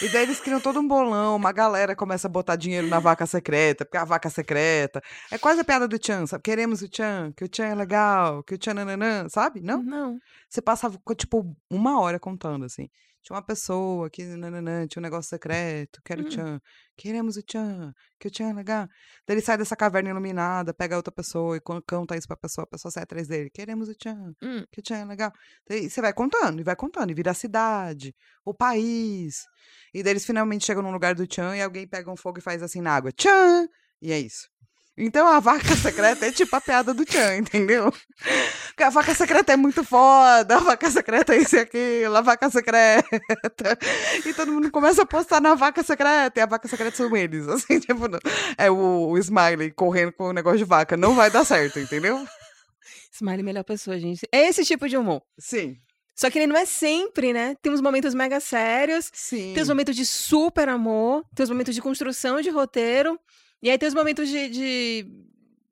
Speaker 1: E daí eles criam todo um bolão, uma galera começa a botar dinheiro na vaca secreta, porque é a vaca secreta. É quase a piada do Tchan, sabe? Queremos o Tchan, que o Tchan é legal, que o Tchan nananã, sabe? Não?
Speaker 2: Não.
Speaker 1: Você passava, co- tipo, uma hora contando, assim. Tinha uma pessoa que nananã, tinha um negócio secreto, que era
Speaker 2: Hum.
Speaker 1: o Tchan. Queremos o Tchan, que o Tchan é legal. Daí ele sai dessa caverna iluminada, pega outra pessoa e con- conta isso pra pessoa, a pessoa sai atrás dele. Queremos o Tchan,
Speaker 2: Hum.
Speaker 1: que o Tchan é legal. Daí você vai contando, e vai contando, e vira a cidade, o país. E daí eles finalmente chegam num lugar do Tchan e alguém pega um fogo e faz assim na água. Tchan! E é isso. Então a vaca secreta é tipo a piada do Tchan, entendeu? Porque a vaca secreta é muito foda, a vaca secreta é isso e aquilo, a vaca secreta. E todo mundo começa a postar na vaca secreta, e a vaca secreta são eles. Assim, tipo, não- é o, o Smiley correndo com o negócio de vaca. Não vai dar certo, entendeu?
Speaker 2: Smiley, melhor pessoa, gente. É esse tipo de humor.
Speaker 1: Sim.
Speaker 2: Só que ele não é sempre, né? Tem uns momentos mega sérios,
Speaker 1: Sim.
Speaker 2: tem os momentos de super amor, tem os momentos de construção de roteiro, e aí tem os momentos de. de-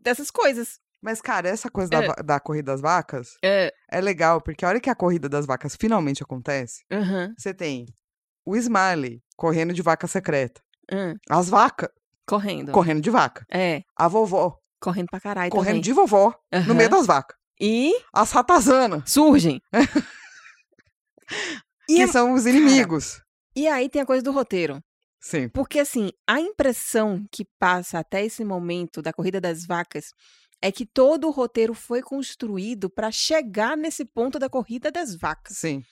Speaker 2: dessas coisas.
Speaker 1: Mas, cara, essa coisa da,
Speaker 2: É.
Speaker 1: va- da corrida das vacas
Speaker 2: É.
Speaker 1: é legal, porque a hora que a corrida das vacas finalmente acontece,
Speaker 2: Aham.
Speaker 1: você tem o Smiley correndo de vaca secreta,
Speaker 2: aham.
Speaker 1: as vacas
Speaker 2: é. Correndo.
Speaker 1: correndo de vaca,
Speaker 2: É,
Speaker 1: a vovó
Speaker 2: correndo pra caralho.
Speaker 1: correndo
Speaker 2: também.
Speaker 1: de vovó no
Speaker 2: Aham.
Speaker 1: meio das vacas,
Speaker 2: E
Speaker 1: as ratazanas.
Speaker 2: surgem. e, é
Speaker 1: que são os inimigos.
Speaker 2: e aí tem a coisa do roteiro.
Speaker 1: Sim.
Speaker 2: Porque, assim, a impressão que passa até esse momento da Corrida das Vacas é que todo o roteiro foi construído pra chegar nesse ponto da Corrida das Vacas.
Speaker 1: Sim.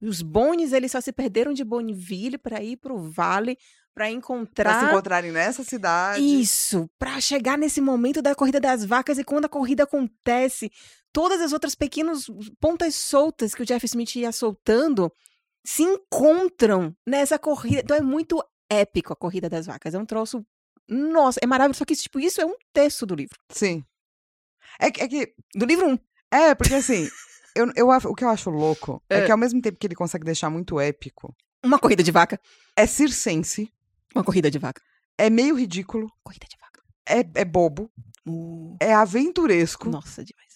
Speaker 2: Os bones, eles só se perderam de Bonneville pra ir pro vale, pra
Speaker 1: Pra se
Speaker 2: encontrar...
Speaker 1: encontrarem nessa cidade.
Speaker 2: Isso, pra chegar nesse momento da corrida das vacas e quando a corrida acontece, todas as outras pequenas pontas soltas que o Jeff Smith ia soltando se encontram nessa corrida. Então é muito épico a corrida das vacas. É um troço. Nossa, é maravilhoso. Só que tipo, isso é um texto do livro.
Speaker 1: Sim. É, que- é que.
Speaker 2: Do livro 1.
Speaker 1: É, porque assim. Eu, eu, af- o que eu acho louco é.
Speaker 2: É.
Speaker 1: que ao mesmo tempo que ele consegue deixar muito épico,
Speaker 2: Uma corrida de vaca.
Speaker 1: é circense,
Speaker 2: Uma corrida de vaca.
Speaker 1: é meio ridículo,
Speaker 2: Corrida de vaca.
Speaker 1: é, é bobo,
Speaker 2: Uh,
Speaker 1: é aventuresco.
Speaker 2: nossa, demais.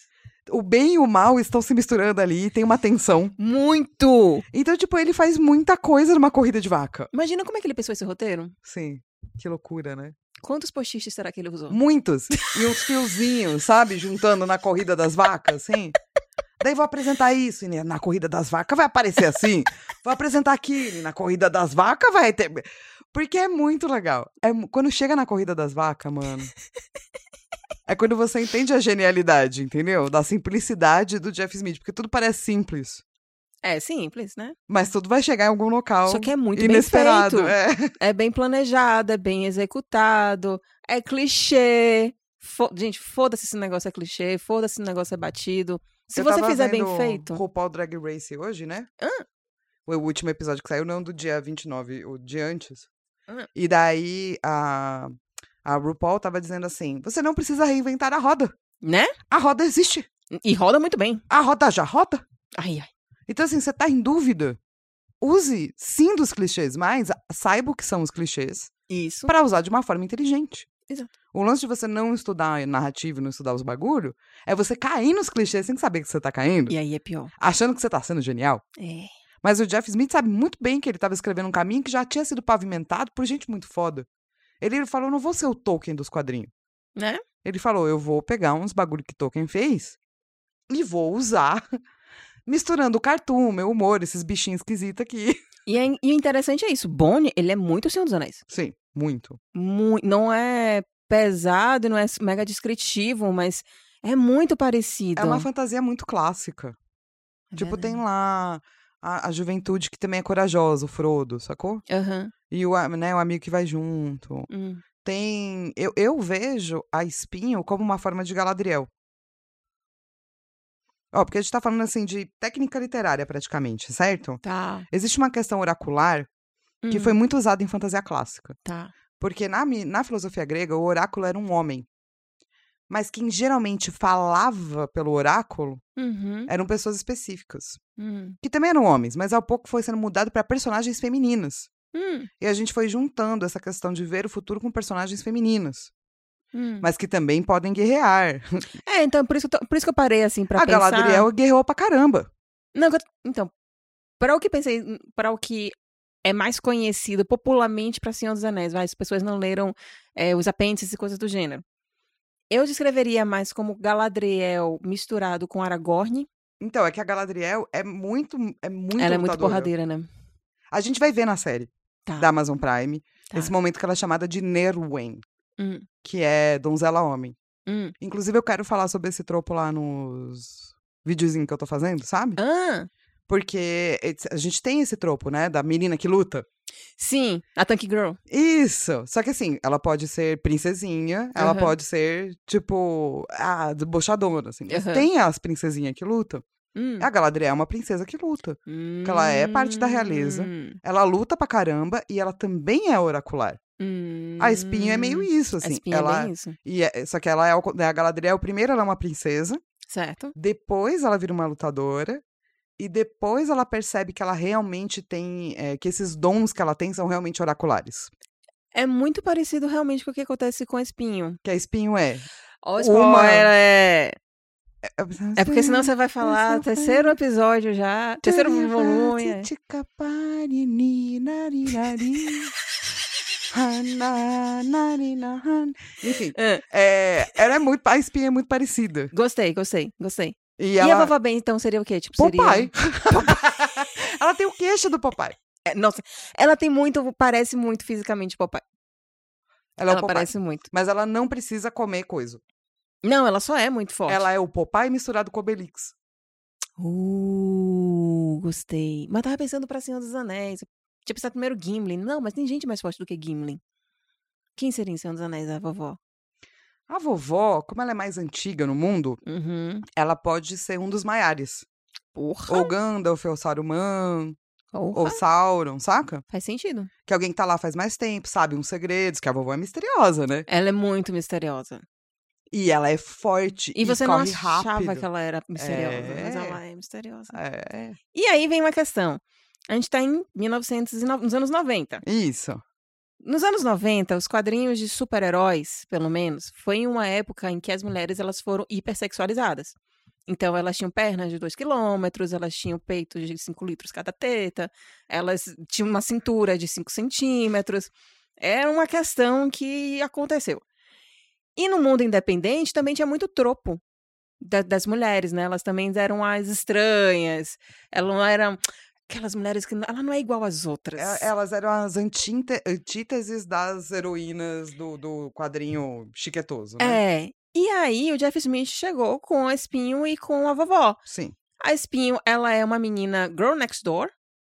Speaker 1: O bem e o mal estão se misturando ali, tem uma tensão.
Speaker 2: Muito!
Speaker 1: Então, tipo, ele faz muita coisa numa corrida de vaca.
Speaker 2: Imagina como é que ele pensou esse roteiro.
Speaker 1: Sim. Que loucura, né?
Speaker 2: Quantos postiches será que ele usou?
Speaker 1: Muitos. E uns fiozinhos, sabe? Juntando na corrida das vacas, assim. Daí vou apresentar isso, e na corrida das vacas vai aparecer assim. Vou apresentar aquilo, e na corrida das vacas vai ter. Porque é muito legal. É, mu- quando chega na corrida das vacas, mano. É quando você entende a genialidade, entendeu? Da simplicidade do Jeff Smith. Porque tudo parece simples.
Speaker 2: É simples, né?
Speaker 1: Mas tudo vai chegar em algum local.
Speaker 2: Só que é muito
Speaker 1: inesperado.
Speaker 2: bem feito.
Speaker 1: é.
Speaker 2: É bem planejado, é bem executado, é clichê. Fo- Gente, foda-se se o negócio é clichê, foda-se se o negócio é batido. Se
Speaker 1: Eu
Speaker 2: você
Speaker 1: tava
Speaker 2: fizer
Speaker 1: vendo
Speaker 2: bem feito.
Speaker 1: RuPaul Drag Race hoje, né?
Speaker 2: Ah.
Speaker 1: O último episódio que saiu, não do dia 29, o dia antes.
Speaker 2: Ah.
Speaker 1: E daí a, a RuPaul tava dizendo assim: você não precisa reinventar a roda.
Speaker 2: Né?
Speaker 1: A roda existe.
Speaker 2: E roda muito bem.
Speaker 1: A roda já roda.
Speaker 2: Ai, ai.
Speaker 1: Então, assim, você tá em dúvida? Use sim dos clichês, mas saiba o que são os clichês
Speaker 2: Isso.
Speaker 1: para usar de uma forma inteligente.
Speaker 2: Exato.
Speaker 1: O lance de você não estudar narrativa e não estudar os bagulho é você cair nos clichês sem saber que você tá caindo,
Speaker 2: E aí é pior.
Speaker 1: achando que você tá sendo genial.
Speaker 2: É.
Speaker 1: Mas o Jeff Smith sabe muito bem que ele estava escrevendo um caminho que já tinha sido pavimentado por gente muito foda. Ele falou: não vou ser o Tolkien dos quadrinhos.
Speaker 2: Né?
Speaker 1: Ele falou: eu vou pegar uns bagulho que Tolkien fez e vou usar, misturando o cartoon, meu humor, esses bichinhos esquisitos aqui.
Speaker 2: E, é- e o interessante é isso. Bonnie, ele é muito o Senhor dos Anéis.
Speaker 1: Sim, muito.
Speaker 2: Mu- não é pesado, não é mega descritivo, mas é muito parecido.
Speaker 1: É uma fantasia muito clássica.
Speaker 2: É
Speaker 1: tipo, tem
Speaker 2: verdade.
Speaker 1: lá a, a juventude que também é corajosa, o Frodo, sacou?
Speaker 2: Aham.
Speaker 1: E o, a- né, o amigo que vai junto.
Speaker 2: Hum.
Speaker 1: Tem. Eu, eu vejo a espinho como uma forma de Galadriel. Ó, porque a gente tá falando assim de técnica literária praticamente, certo?
Speaker 2: Tá.
Speaker 1: Existe uma questão oracular que
Speaker 2: Hum,
Speaker 1: foi muito usada em fantasia clássica.
Speaker 2: Tá.
Speaker 1: Porque na, mi- na filosofia grega, o oráculo era um homem. Mas quem geralmente falava pelo oráculo
Speaker 2: Uhum.
Speaker 1: eram pessoas específicas.
Speaker 2: Hum.
Speaker 1: Que também eram homens, mas ao pouco foi sendo mudado para personagens femininas.
Speaker 2: Hum.
Speaker 1: E a gente foi juntando essa questão de ver o futuro com personagens femininas.
Speaker 2: Hum.
Speaker 1: Mas que também podem guerrear.
Speaker 2: É, então, por isso, que eu tô- por isso que eu parei, assim, pra
Speaker 1: a
Speaker 2: pensar...
Speaker 1: Ah, Galadriel guerreou pra caramba.
Speaker 2: Não, que eu- então, para o que pensei, para o que é mais conhecido popularmente para Senhor dos Anéis, vai, as pessoas não leram é, os apêndices e coisas do gênero. Eu descreveria mais como Galadriel misturado com Aragorn.
Speaker 1: Então, é que a Galadriel é muito. É muito
Speaker 2: ela é muito
Speaker 1: lutadora.
Speaker 2: porradeira, né?
Speaker 1: A gente vai ver na série
Speaker 2: Tá.
Speaker 1: da Amazon Prime
Speaker 2: Tá.
Speaker 1: esse momento que ela é chamada de Nerwen,
Speaker 2: Hum,
Speaker 1: que é donzela homem.
Speaker 2: hum.
Speaker 1: Inclusive, eu quero falar sobre esse tropo lá nos videozinhos que eu tô fazendo, sabe?
Speaker 2: Ah,
Speaker 1: Porque it's- a gente tem esse tropo, né? Da menina que luta.
Speaker 2: sim, a Tank Girl.
Speaker 1: Isso! Só que assim, ela pode ser princesinha, ela
Speaker 2: Aham.
Speaker 1: pode ser, tipo, a debochadona, assim. Mas
Speaker 2: Aham.
Speaker 1: Tem as princesinhas que lutam.
Speaker 2: Hum.
Speaker 1: A Galadriel é uma princesa que luta. que ela é parte da realeza.
Speaker 2: Hum,
Speaker 1: Ela luta pra caramba e ela também é oracular.
Speaker 2: hum.
Speaker 1: A espinha é meio isso,
Speaker 2: A
Speaker 1: assim.
Speaker 2: espinha
Speaker 1: ela,
Speaker 2: é bem isso.
Speaker 1: e é- só que ela é ao con- a Galadriel, primeiro ela é uma princesa,
Speaker 2: Certo?
Speaker 1: Depois ela vira uma lutadora. E depois ela percebe que ela realmente tem. eh, que esses dons que ela tem são realmente oraculares.
Speaker 2: É muito parecido realmente com o que acontece com a espinho.
Speaker 1: Que a espinho é.
Speaker 2: Ó,
Speaker 1: Uma-
Speaker 2: spoiler! É... É porque senão você vai falar terceiro episódio já, terceiro volume. é.
Speaker 1: Enfim,
Speaker 2: É.
Speaker 1: eh, ela é muito. A espinha é muito parecida.
Speaker 2: Gostei, gostei, gostei.
Speaker 1: E
Speaker 2: E, a
Speaker 1: ela.
Speaker 2: Vovó Ben, então, seria o quê? Tipo, seria...
Speaker 1: Popeye. ela tem o queixo do papai.
Speaker 2: É, nossa, ela tem muito, parece muito fisicamente Popeye.
Speaker 1: Ela é o
Speaker 2: ela
Speaker 1: Popeye.
Speaker 2: parece muito.
Speaker 1: Mas ela não precisa comer coisa.
Speaker 2: Não, ela só é muito forte.
Speaker 1: Ela é o Popeye misturado com o Obelix.
Speaker 2: Uh, gostei. Mas tava pensando pra Senhor dos Anéis. Tinha pensado primeiro Gimli. Não, mas tem gente mais forte do que Gimli. Quem seria em Senhor dos Anéis, a vovó?
Speaker 1: A vovó, como ela é mais antiga no mundo,
Speaker 2: Uhum.
Speaker 1: ela pode ser um dos maiares.
Speaker 2: Porra.
Speaker 1: Ou Gandalf, ou Saruman,
Speaker 2: Porra.
Speaker 1: ou Sauron, saca?
Speaker 2: Faz sentido.
Speaker 1: Que alguém que tá lá faz mais tempo, sabe uns segredos, que a vovó é misteriosa, né?
Speaker 2: Ela é muito misteriosa.
Speaker 1: E ela é forte
Speaker 2: E,
Speaker 1: e,
Speaker 2: você não
Speaker 1: corre
Speaker 2: achava
Speaker 1: rápido.
Speaker 2: que ela era misteriosa, mas
Speaker 1: É.
Speaker 2: ela é misteriosa.
Speaker 1: É,
Speaker 2: E aí vem uma questão. A gente tá em 1909, nos anos 90.
Speaker 1: isso.
Speaker 2: Nos anos 90, os quadrinhos de super-heróis, pelo menos, foi uma época em que as mulheres elas foram hipersexualizadas. Então elas tinham pernas de 2 quilômetros, elas tinham peito de 5 litros cada teta, elas tinham uma cintura de 5 centímetros. Era uma questão que aconteceu. E no mundo independente também tinha muito tropo da- das mulheres, né? Elas também eram as estranhas. Elas não eram aquelas mulheres que não- ela não é igual às outras.
Speaker 1: E- Elas eram as antinte- antíteses das heroínas do, do quadrinho chiquetoso, né?
Speaker 2: É. E aí o Jeff Smith chegou com a Espinho e com a vovó.
Speaker 1: Sim.
Speaker 2: A Espinho, ela é uma menina girl next door.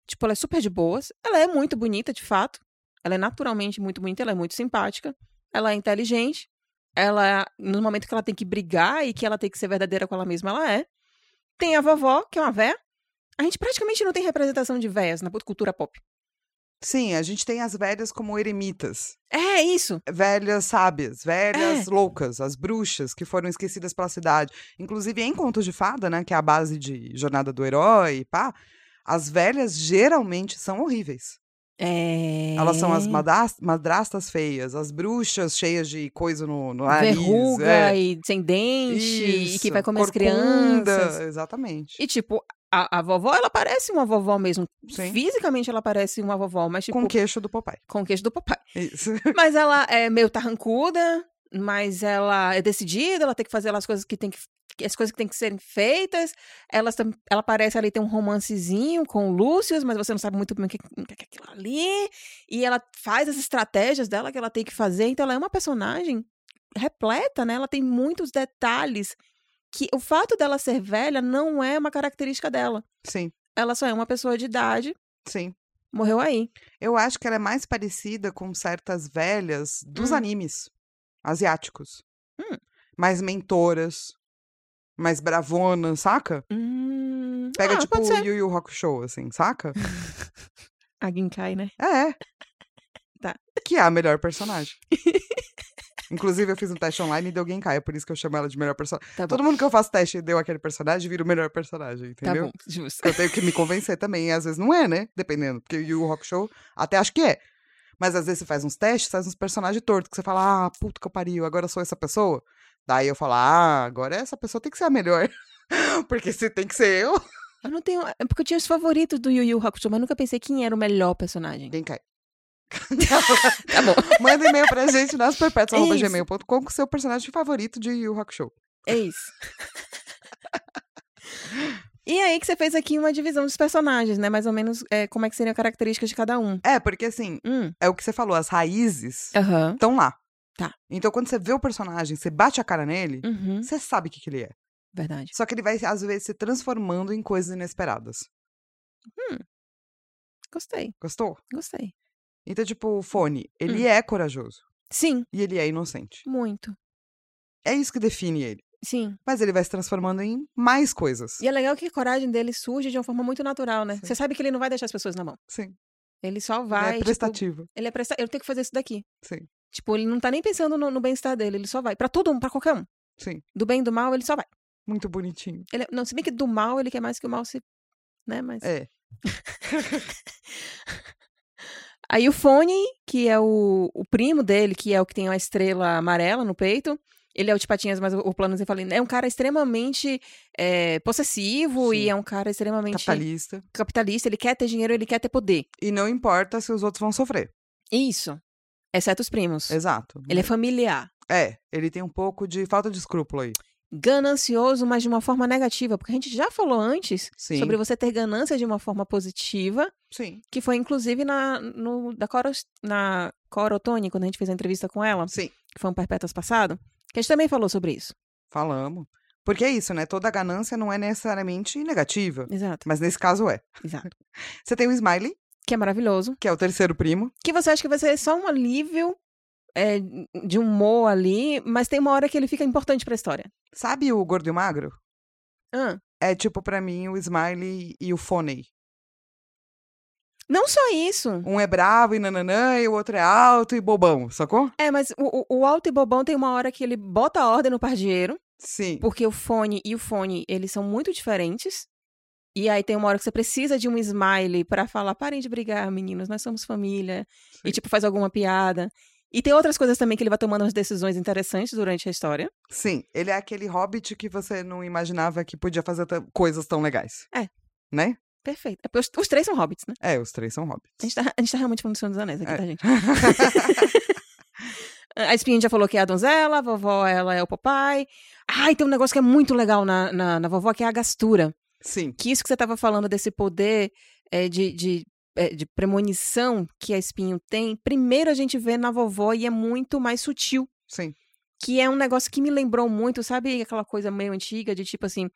Speaker 2: Tipo, ela é super de boas. Ela é muito bonita, de fato. Ela é naturalmente muito bonita, ela é muito simpática. Ela é inteligente. Ela, no momento que ela tem que brigar e que ela tem que ser verdadeira com ela mesma, ela é. Tem a vovó, que é uma véia. A gente praticamente não tem representação de véias na cultura pop.
Speaker 1: Sim, a gente tem as velhas como eremitas.
Speaker 2: É isso.
Speaker 1: velhas sábias,
Speaker 2: É.
Speaker 1: velhas loucas, as bruxas que foram esquecidas pela cidade. Inclusive, em Contos de Fada, né, que é a base de Jornada do Herói e pá, as velhas geralmente são horríveis.
Speaker 2: É...
Speaker 1: Elas são as madas- madrastas feias, as bruxas cheias de coisa no, no nariz.
Speaker 2: Verruga
Speaker 1: é.
Speaker 2: e sem dente, e que
Speaker 1: Isso,
Speaker 2: vai comer
Speaker 1: corcunda,
Speaker 2: as crianças.
Speaker 1: Exatamente.
Speaker 2: E, tipo, a, a vovó, ela parece uma vovó mesmo.
Speaker 1: Sim.
Speaker 2: Fisicamente ela parece uma vovó, mas, tipo,
Speaker 1: Com o queixo do papai.
Speaker 2: com o queixo do papai.
Speaker 1: Isso.
Speaker 2: Mas ela é meio tarrancuda, mas ela é decidida, ela tem que fazer as coisas que tem que as coisas que têm que serem feitas, elas tam- ela parece ali ter um romancezinho com o Lúcio, mas você não sabe muito bem o que, o que é aquilo ali, e ela faz as estratégias dela que ela tem que fazer, então ela é uma personagem repleta, né? Ela tem muitos detalhes que o fato dela ser velha não é uma característica dela.
Speaker 1: Sim,
Speaker 2: Ela só é uma pessoa de idade,
Speaker 1: sim.
Speaker 2: morreu aí.
Speaker 1: Eu acho que ela é mais parecida com certas velhas dos
Speaker 2: Hum.
Speaker 1: animes asiáticos.
Speaker 2: Hum.
Speaker 1: Mais mentoras, mais bravona, saca?
Speaker 2: Hum...
Speaker 1: Pega
Speaker 2: ah,
Speaker 1: tipo
Speaker 2: pode
Speaker 1: o
Speaker 2: ser.
Speaker 1: Yu Yu Hakusho, assim, saca?
Speaker 2: A Ginkai, né?
Speaker 1: É.
Speaker 2: Tá.
Speaker 1: Que é a melhor personagem. Inclusive, eu fiz um teste online e deu Genkai, é por isso que eu chamo ela de melhor personagem.
Speaker 2: Tá bom.
Speaker 1: Todo mundo que eu faço teste e deu aquele personagem, vira o melhor personagem,
Speaker 2: Tá
Speaker 1: entendeu?
Speaker 2: bom, justo.
Speaker 1: Eu tenho que me convencer também, e às vezes não é, né? Dependendo, porque o Yu Rock Show até acho que é. Mas às vezes você faz uns testes, faz uns personagens tortos, que você fala, ah, puta que eu pariu, agora eu sou essa pessoa. Daí eu falo, ah, agora essa pessoa tem que ser a melhor. porque se tem que ser eu,
Speaker 2: Eu não tenho. É porque eu tinha os favoritos do Yu Yu Hakusho, mas nunca pensei quem era o melhor personagem.
Speaker 1: Genkai. Então,
Speaker 2: Tá bom.
Speaker 1: Manda e-mail pra gente nas
Speaker 2: Isso.
Speaker 1: perpétuas.gmail.com com seu personagem favorito de Yu Rock Show.
Speaker 2: É isso. E aí que você fez aqui uma divisão dos personagens, né? Mais ou menos é, como é que seriam as características de cada um.
Speaker 1: É, porque assim,
Speaker 2: Hum.
Speaker 1: é o que você falou, as raízes
Speaker 2: Aham.
Speaker 1: estão lá.
Speaker 2: Tá.
Speaker 1: Então quando você vê o personagem, você bate a cara nele,
Speaker 2: Uhum.
Speaker 1: você sabe o que, que ele é.
Speaker 2: Verdade.
Speaker 1: Só que ele vai, às vezes, se transformando em coisas inesperadas.
Speaker 2: Gostei,
Speaker 1: Gostou?
Speaker 2: gostei.
Speaker 1: Então, tipo, o Fone, ele é corajoso
Speaker 2: Sim,
Speaker 1: e ele é inocente.
Speaker 2: muito.
Speaker 1: É isso que define ele.
Speaker 2: Sim.
Speaker 1: Mas ele vai se transformando em mais coisas.
Speaker 2: E é legal que a coragem dele surge de uma forma muito natural, né?
Speaker 1: Sim.
Speaker 2: Você sabe que ele não vai deixar as pessoas na mão.
Speaker 1: Sim.
Speaker 2: Ele só
Speaker 1: Ele
Speaker 2: vai.
Speaker 1: é
Speaker 2: tipo,
Speaker 1: prestativo.
Speaker 2: ele é presta... Eu tenho que fazer isso daqui.
Speaker 1: Sim.
Speaker 2: Tipo, ele não tá nem pensando no, no bem-estar dele, ele só vai. Pra todo um, pra qualquer um.
Speaker 1: Sim.
Speaker 2: Do bem e do mal, ele só vai.
Speaker 1: Muito bonitinho.
Speaker 2: Ele... é, Não, se bem que do mal ele quer mais que o mal se. Né? Mas.
Speaker 1: É.
Speaker 2: Aí o Fone, que é o, o primo dele, que é o que tem uma estrela amarela no peito. Ele é o de patinhas, mas o, o plano eu falei, é um cara extremamente é, possessivo e
Speaker 1: Sim.
Speaker 2: é um cara extremamente
Speaker 1: Capitalista.
Speaker 2: capitalista. Ele quer ter dinheiro, ele quer ter poder.
Speaker 1: E não importa se os outros vão sofrer.
Speaker 2: Isso. Exceto os primos.
Speaker 1: Exato.
Speaker 2: Ele é familiar.
Speaker 1: É, ele tem um pouco de falta de escrúpulo aí.
Speaker 2: Ganancioso, mas de uma forma negativa. Porque a gente já falou antes
Speaker 1: Sim.
Speaker 2: sobre você ter ganância de uma forma positiva,
Speaker 1: Sim.
Speaker 2: que foi inclusive na, no, da Coros, na Corotone, quando a gente fez a entrevista com ela,
Speaker 1: Sim.
Speaker 2: que foi um Perpétuas passado, que a gente também falou sobre isso.
Speaker 1: Falamos. Porque é isso, né? Toda ganância não é necessariamente negativa.
Speaker 2: Exato,
Speaker 1: Mas nesse caso é.
Speaker 2: exato.
Speaker 1: Você tem o Smiley,
Speaker 2: Que é maravilhoso.
Speaker 1: que é o terceiro primo.
Speaker 2: Que você acha que vai ser só um alívio é, de humor ali, mas tem uma hora que ele fica importante pra história.
Speaker 1: Sabe o gordo e o magro?
Speaker 2: Ah,
Speaker 1: É tipo, pra mim, o Smiley e o Foney.
Speaker 2: não só isso.
Speaker 1: Um é bravo e nananã, e o outro é alto e bobão, sacou?
Speaker 2: É, mas o, o- o alto e bobão tem uma hora que ele bota a ordem no pardieiro,
Speaker 1: Sim.
Speaker 2: porque o fone e o fone, eles são muito diferentes. E aí tem uma hora que você precisa de um smile pra falar, parem de brigar, meninos, nós somos família. E
Speaker 1: Sim.
Speaker 2: tipo, faz alguma piada. E tem outras coisas também que ele vai tomando umas decisões interessantes durante a história.
Speaker 1: Sim, ele é aquele hobbit que você não imaginava que podia fazer tã- coisas tão legais.
Speaker 2: É.
Speaker 1: Né?
Speaker 2: Perfeito. É porque os, os três são hobbits, né?
Speaker 1: É, os três são
Speaker 2: A
Speaker 1: hobbits.
Speaker 2: gente, tá, a gente tá realmente falando do Senhor dos Anéis aqui,
Speaker 1: É.
Speaker 2: tá, gente? A Espinha já falou que é a donzela, a vovó ela é o papai. Ah, e tem um negócio que é muito legal na, na, na vovó, que é a gastura.
Speaker 1: Sim,
Speaker 2: Que isso que você tava falando desse poder é, de, de, é, de premonição que a Espinho tem, primeiro a gente vê na vovó e é muito mais sutil.
Speaker 1: sim.
Speaker 2: Que é um negócio que me lembrou muito, sabe aquela coisa meio antiga de tipo assim,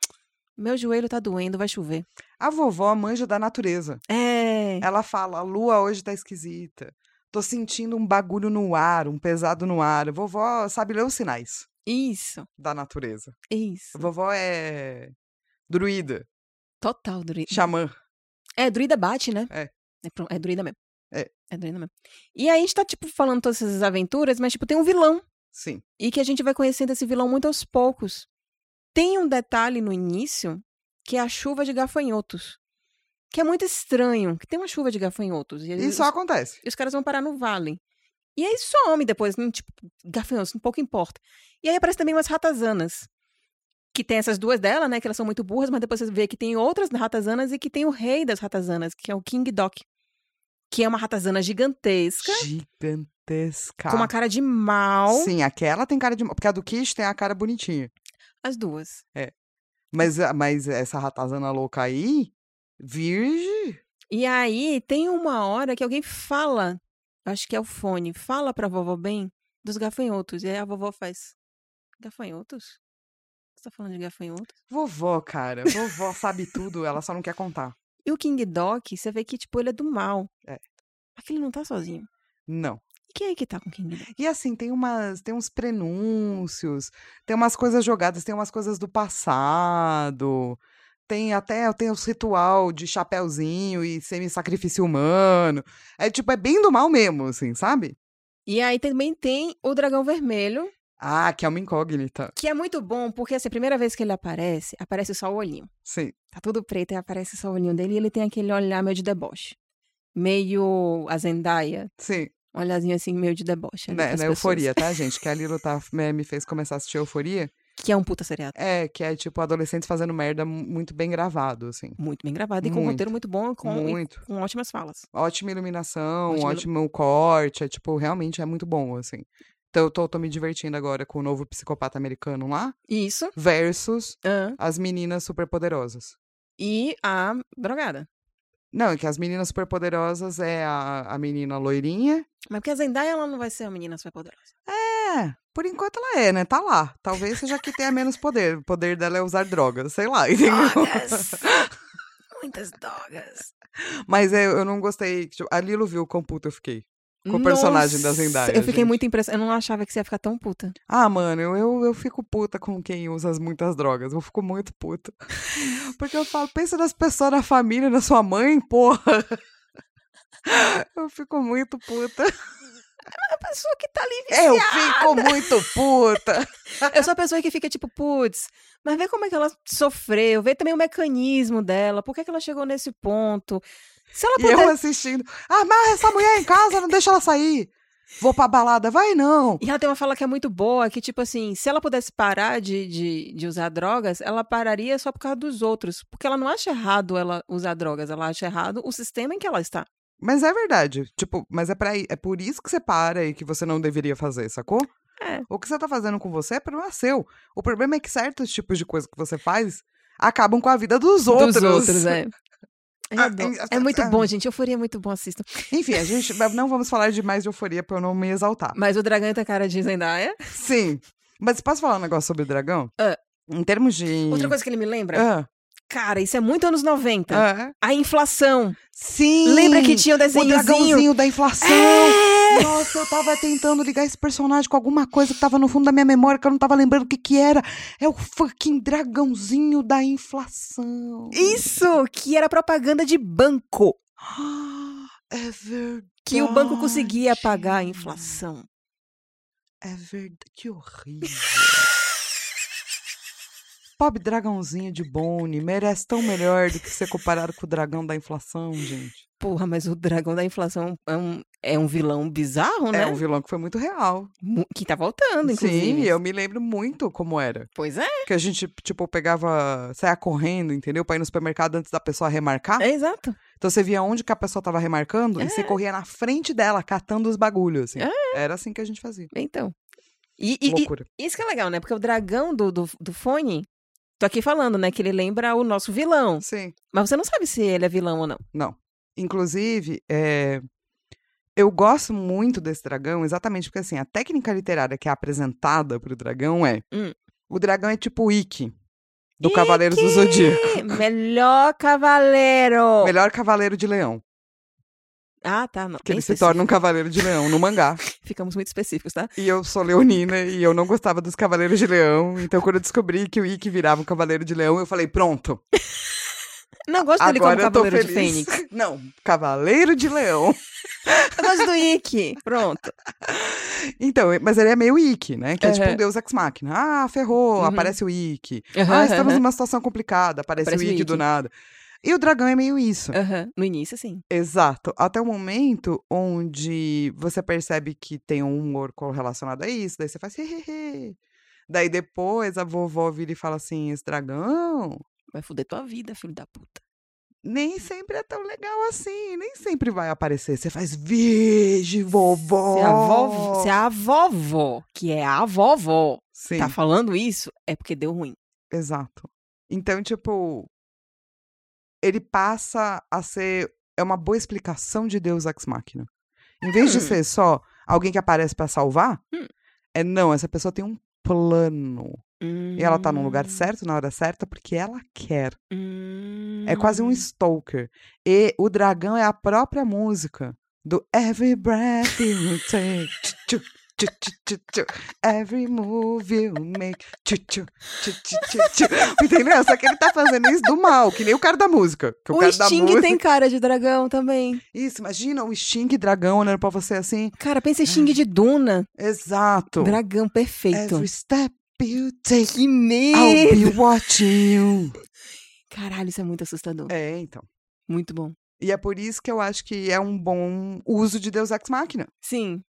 Speaker 2: meu joelho tá doendo, vai chover.
Speaker 1: A vovó manja da natureza.
Speaker 2: É.
Speaker 1: Ela fala, a lua hoje tá esquisita. Tô sentindo um bagulho no ar, um pesado no ar. Vovó sabe ler os sinais
Speaker 2: Isso,
Speaker 1: da natureza.
Speaker 2: isso.
Speaker 1: Vovó é druida,
Speaker 2: Total, Dori.
Speaker 1: xamã.
Speaker 2: É, druida bate, né?
Speaker 1: É.
Speaker 2: É, pro- é druida mesmo.
Speaker 1: É.
Speaker 2: É druida mesmo. E aí a gente tá, tipo, falando todas essas aventuras, mas, tipo, tem um vilão.
Speaker 1: Sim.
Speaker 2: E que a gente vai conhecendo esse vilão muito aos poucos. Tem um detalhe no início, que é a chuva de gafanhotos. Que é muito estranho, que tem uma chuva de gafanhotos. E,
Speaker 1: E
Speaker 2: eles-
Speaker 1: só acontece.
Speaker 2: e os caras vão parar no vale. E aí some depois, né? tipo, gafanhotos, pouco importa. E aí aparecem também umas ratazanas. Que tem essas duas dela, né? Que elas são muito burras, mas depois você vê que tem outras ratazanas e que tem o rei das ratazanas, que é o King Doc. Que é uma ratazana gigantesca,
Speaker 1: Gigantesca.
Speaker 2: com uma cara de mal.
Speaker 1: Sim, aquela tem cara de. Porque a do Kish tem a cara bonitinha.
Speaker 2: As duas.
Speaker 1: Mas, a- mas essa ratazana louca aí. Virgem.
Speaker 2: E aí tem uma hora que alguém fala, acho que é o fone, fala pra vovó bem dos gafanhotos. E aí a vovó faz: Gafanhotos? Você tá falando de gafanhotos?
Speaker 1: Vovó, cara. Vovó sabe tudo, ela só não quer contar.
Speaker 2: E o King Doc, você vê que, tipo, ele é do mal.
Speaker 1: É.
Speaker 2: Mas que ele não tá sozinho.
Speaker 1: Não.
Speaker 2: Quem é que tá com quem? lida?
Speaker 1: E assim, tem umas, tem
Speaker 2: Uhum.
Speaker 1: uns prenúncios, tem umas coisas jogadas, tem umas coisas do passado. Tem até tem os ritual de chapéuzinho e semi-sacrifício humano. É tipo, é bem do mal mesmo, assim, sabe?
Speaker 2: E aí também tem o Dragão Vermelho,
Speaker 1: Ah, que é uma incógnita.
Speaker 2: que é muito bom, porque assim, a primeira vez que ele aparece, aparece só o olhinho.
Speaker 1: Sim.
Speaker 2: Tá tudo preto e aparece só o olhinho dele e ele tem aquele olhar meio de deboche. Meio a Zendaya,
Speaker 1: Sim,
Speaker 2: um olhazinho assim, meio de deboche. ali
Speaker 1: né,
Speaker 2: pras
Speaker 1: na
Speaker 2: pessoas.
Speaker 1: euforia, tá, gente? Que a Lilo tá, me me fez começar a assistir euforia.
Speaker 2: Que é um puta seriado.
Speaker 1: É, que é tipo adolescentes fazendo merda mu- muito bem gravado, assim.
Speaker 2: Muito bem gravado e com um
Speaker 1: Muito.
Speaker 2: roteiro muito bom e com, e
Speaker 1: muito.
Speaker 2: com ótimas falas.
Speaker 1: Ótima iluminação,
Speaker 2: Ótima ilu-
Speaker 1: ótimo corte. É tipo, realmente é muito bom, assim. Então eu tô, tô me divertindo agora com o novo psicopata americano lá,
Speaker 2: Isso.
Speaker 1: versus
Speaker 2: ah,
Speaker 1: as meninas superpoderosas.
Speaker 2: e a drogada.
Speaker 1: Não, é que as meninas superpoderosas é a, a menina loirinha.
Speaker 2: Mas porque a Zendaya, ela não vai ser uma menina super poderosa.
Speaker 1: É, por enquanto ela é, né? Tá lá. Talvez seja que tenha menos poder. O poder dela é usar drogas, sei lá. entendeu?
Speaker 2: Drogas! Muitas drogas.
Speaker 1: Mas é, eu não gostei. tipo, a Lilo viu o computo, eu fiquei. Com o personagem da
Speaker 2: Nossa,
Speaker 1: Zendaya,
Speaker 2: Eu fiquei
Speaker 1: gente.
Speaker 2: muito impressionada. Eu não achava que você ia ficar tão puta.
Speaker 1: Ah, mano, eu, eu, eu fico puta com quem usa as muitas drogas. Eu fico muito puta. Porque eu falo, pensa nas pessoas da família, na sua mãe, porra. Eu fico muito puta. É
Speaker 2: A pessoa que tá ali
Speaker 1: Eu fico muito puta.
Speaker 2: Eu sou a pessoa que fica tipo, putz, mas vê como é que ela sofreu, vê também o mecanismo dela, por que, que ela chegou nesse ponto. Se ela
Speaker 1: E eu
Speaker 2: puder.
Speaker 1: assistindo. Ah, mas essa mulher em casa, não deixa ela sair. Vou pra balada, vai não.
Speaker 2: E ela tem uma fala que é muito boa, que tipo assim, se ela pudesse parar de, de, de usar drogas, ela pararia só por causa dos outros. Porque ela não acha errado ela usar drogas, ela acha errado o sistema em que ela está.
Speaker 1: Mas é verdade. Tipo, mas é, pra, i- é por isso que você para e que você não deveria fazer, sacou?
Speaker 2: É.
Speaker 1: O que você tá fazendo com você é problema seu. O problema é que certos tipos de coisa que você faz acabam com a vida dos outros.
Speaker 2: Dos outros, é. Eu
Speaker 1: Ah,
Speaker 2: adoro.
Speaker 1: em-
Speaker 2: É muito
Speaker 1: ah.
Speaker 2: bom, gente. Euforia é muito bom, assistam.
Speaker 1: Enfim, a gente mas não vamos falar demais de euforia pra eu não me exaltar.
Speaker 2: Mas o dragão tem cara de Zendaya.
Speaker 1: Sim. Mas posso falar um negócio sobre o dragão?
Speaker 2: Ah.
Speaker 1: Em termos de.
Speaker 2: Outra coisa que ele me lembra,
Speaker 1: Ah,
Speaker 2: cara, isso é muito anos 90.
Speaker 1: ah.
Speaker 2: A inflação.
Speaker 1: Sim!
Speaker 2: Lembra que tinha o
Speaker 1: o
Speaker 2: desenhozinho? É
Speaker 1: dragãozinho da inflação? Nossa, eu tava tentando ligar esse personagem com alguma coisa que tava no fundo da minha memória, que eu não tava lembrando o que que era. É o fucking dragãozinho da inflação.
Speaker 2: Isso, que era propaganda de banco,
Speaker 1: Ah, É verdade.
Speaker 2: que o banco conseguia pagar a inflação.
Speaker 1: É verdade. Que horrível. Pobre dragãozinho de Bone merece tão melhor do que ser comparado com o dragão da inflação, gente.
Speaker 2: Porra, mas o dragão da inflação é um, é um vilão bizarro, né?
Speaker 1: É um vilão que foi muito real.
Speaker 2: Mu- Que tá voltando, inclusive.
Speaker 1: Sim, eu me lembro muito como era.
Speaker 2: Pois é,
Speaker 1: Que a gente, tipo, pegava, saia correndo, entendeu? Pra ir no supermercado antes da pessoa remarcar.
Speaker 2: é exato.
Speaker 1: Então você via onde que a pessoa tava remarcando e você corria na frente dela, catando os bagulhos, assim. Era assim que a gente fazia.
Speaker 2: Então. É. E, e- e-
Speaker 1: Loucura.
Speaker 2: isso que é legal, né? Porque o dragão do, do, do fone, tô aqui falando, né? Que ele lembra o nosso vilão.
Speaker 1: Sim.
Speaker 2: Mas você não sabe se ele é vilão ou não.
Speaker 1: Inclusive, é, eu gosto muito desse dragão, exatamente porque assim, a técnica literária que é apresentada pro dragão é.
Speaker 2: Hum.
Speaker 1: O dragão é tipo o Ikki, do Cavaleiros do Zodíaco.
Speaker 2: Ih, Melhor cavaleiro.
Speaker 1: Melhor cavaleiro de leão.
Speaker 2: Ah, tá. Não.
Speaker 1: Que
Speaker 2: bem
Speaker 1: ele se
Speaker 2: específico.
Speaker 1: torna um cavaleiro de leão no mangá.
Speaker 2: Ficamos muito específicos, tá?
Speaker 1: E eu sou leonina e eu não gostava dos cavaleiros de leão. Então, quando eu descobri que o Ikki virava um cavaleiro de leão, eu falei, pronto.
Speaker 2: Não, gosto dele
Speaker 1: Agora
Speaker 2: tá
Speaker 1: eu tô
Speaker 2: como Cavaleiro de
Speaker 1: feliz.
Speaker 2: Fênix.
Speaker 1: Não, cavaleiro de leão.
Speaker 2: Eu gosto do Icky. Pronto.
Speaker 1: Então, mas ele é meio Ikki, né? Que é tipo
Speaker 2: Aham.
Speaker 1: um deus ex-máquina. Ah, ferrou,
Speaker 2: Uhum.
Speaker 1: aparece o Ikki. Ah, estamos numa situação complicada, aparece
Speaker 2: Parece
Speaker 1: o
Speaker 2: o
Speaker 1: Ikki do
Speaker 2: Ikki.
Speaker 1: nada. E o dragão é meio isso.
Speaker 2: Aham, No início, assim, sim.
Speaker 1: Exato. Até o momento onde você percebe que tem um humor correlacionado a isso, daí você faz hehehe. Daí depois a vovó vira e fala assim: esse dragão
Speaker 2: Vai fuder tua vida, filho da puta.
Speaker 1: nem sempre é tão legal assim, nem sempre vai aparecer. Você faz, vixe, vovó.
Speaker 2: Se a, vovó, se a vovó, que é a vovó,
Speaker 1: Oh. Sim,
Speaker 2: tá falando isso, é porque deu ruim.
Speaker 1: exato. Então, tipo, ele passa a ser. É uma boa explicação de Deus Ex Machina. Em vez de
Speaker 2: Hum.
Speaker 1: ser só alguém que aparece pra salvar,
Speaker 2: Hum.
Speaker 1: é não, essa pessoa tem um plano. E ela tá num
Speaker 2: Hum.
Speaker 1: lugar certo, na hora certa, porque ela quer. É quase um
Speaker 2: Hum.
Speaker 1: stalker. E o dragão é a própria música. Do Every Breath You Take. Tchu, tchu, tchu, tchu, tchu. Every move you make. Tchu, tchu, tchu, tchu, tchu, tchu. Entendeu? Só que ele tá fazendo isso do mal, que nem o cara da música. Que o,
Speaker 2: O
Speaker 1: cara da
Speaker 2: Sting tá
Speaker 1: música...
Speaker 2: tem cara de dragão também.
Speaker 1: Isso, imagina o Sting dragão olhando pra você assim.
Speaker 2: Cara, pensa em Sting de Duna.
Speaker 1: Exato.
Speaker 2: Dragão, perfeito.
Speaker 1: Every step you take,
Speaker 2: Que
Speaker 1: I'll
Speaker 2: medo!
Speaker 1: be watching you.
Speaker 2: Caralho, isso é muito assustador.
Speaker 1: É, então.
Speaker 2: Muito bom.
Speaker 1: E é por isso que eu acho que é um bom uso de Deus Ex Machina.
Speaker 2: Sim.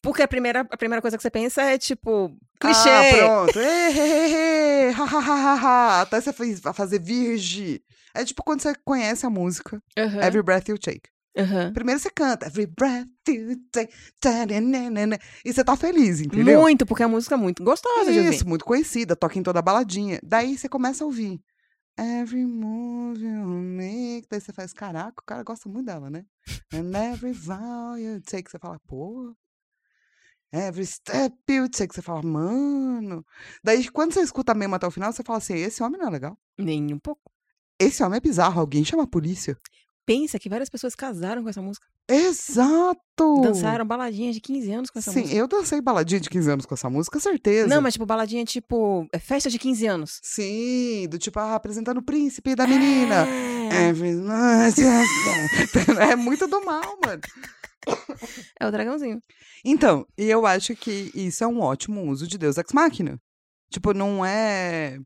Speaker 2: Porque a primeira, a primeira coisa que você pensa é, tipo,
Speaker 1: Ah,
Speaker 2: clichê.
Speaker 1: pronto. Ehehehe, ha, ha, ha, ha, ha. Até você faz- fazer virgem. É tipo quando você conhece a música
Speaker 2: Aham,
Speaker 1: Every Breath You Take.
Speaker 2: aham.
Speaker 1: Primeiro você canta Every Breath You Take. taranana, E você tá feliz, entendeu?
Speaker 2: Muito, porque a música é muito gostosa de ouvir.
Speaker 1: Isso, assim, muito conhecida, toca em toda baladinha. Daí você começa a ouvir. Every move you make. Daí você faz, caraca, o cara gosta muito dela, né? And every vow you take, você fala, pô. Every step you take, você fala, mano. Daí quando você escuta mesmo até o final, você fala assim, esse homem não é legal.
Speaker 2: Nem um pouco.
Speaker 1: Esse homem é bizarro, alguém chama a polícia.
Speaker 2: Pensa que várias pessoas casaram com essa música.
Speaker 1: Exato!
Speaker 2: Dançaram baladinhas de 15 anos com essa
Speaker 1: Sim,
Speaker 2: música.
Speaker 1: eu dancei baladinha de 15 anos com essa música, certeza.
Speaker 2: Não, mas tipo, baladinha tipo. É festa de 15 anos.
Speaker 1: Sim, do tipo, ah, apresentando o príncipe da menina.
Speaker 2: É,
Speaker 1: Every night you- É muito do mal, mano.
Speaker 2: é o dragãozinho.
Speaker 1: Então, e eu acho que isso é um ótimo uso de Deus Ex Machina. Tipo, não é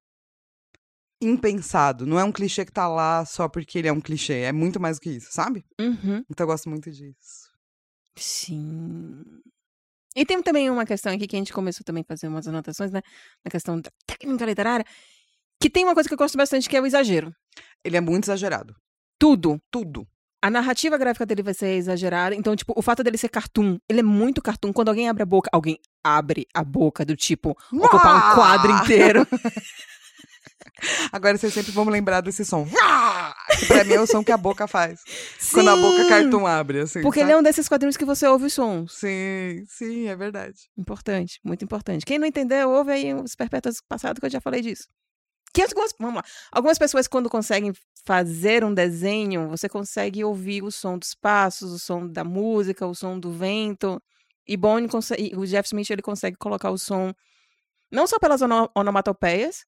Speaker 1: impensado, não é um clichê que tá lá só porque ele é um clichê, é muito mais do que isso, sabe?
Speaker 2: Uhum.
Speaker 1: Então eu gosto muito disso.
Speaker 2: Sim. E tem também uma questão aqui que a gente começou também a fazer umas anotações, né? Na questão da técnica literária. Que tem uma coisa que eu gosto bastante, que é o exagero.
Speaker 1: Ele é muito exagerado.
Speaker 2: Tudo.
Speaker 1: Tudo.
Speaker 2: A narrativa gráfica dele vai ser exagerada. Então, tipo, o fato dele ser cartoon, ele é muito cartoon. Quando alguém abre a boca, alguém abre a boca do tipo, ocupar um quadro
Speaker 1: Ah!
Speaker 2: inteiro.
Speaker 1: Agora vocês sempre vão lembrar desse som. Que pra mim é o som que a boca faz. Quando a boca
Speaker 2: Sim,
Speaker 1: cartoon abre, assim.
Speaker 2: Porque ele um é um desses quadrinhos que você ouve os sons.
Speaker 1: Sim, sim, é verdade.
Speaker 2: Importante, muito importante. Quem não entendeu, ouve aí os perpétuos passados que eu já falei disso. Que algumas, vamos lá. Algumas pessoas, quando conseguem fazer um desenho, você consegue ouvir o som dos passos, o som da música, o som do vento. E Bone consegue, o Jeff Smith ele consegue colocar o som não só pelas ono- onomatopeias,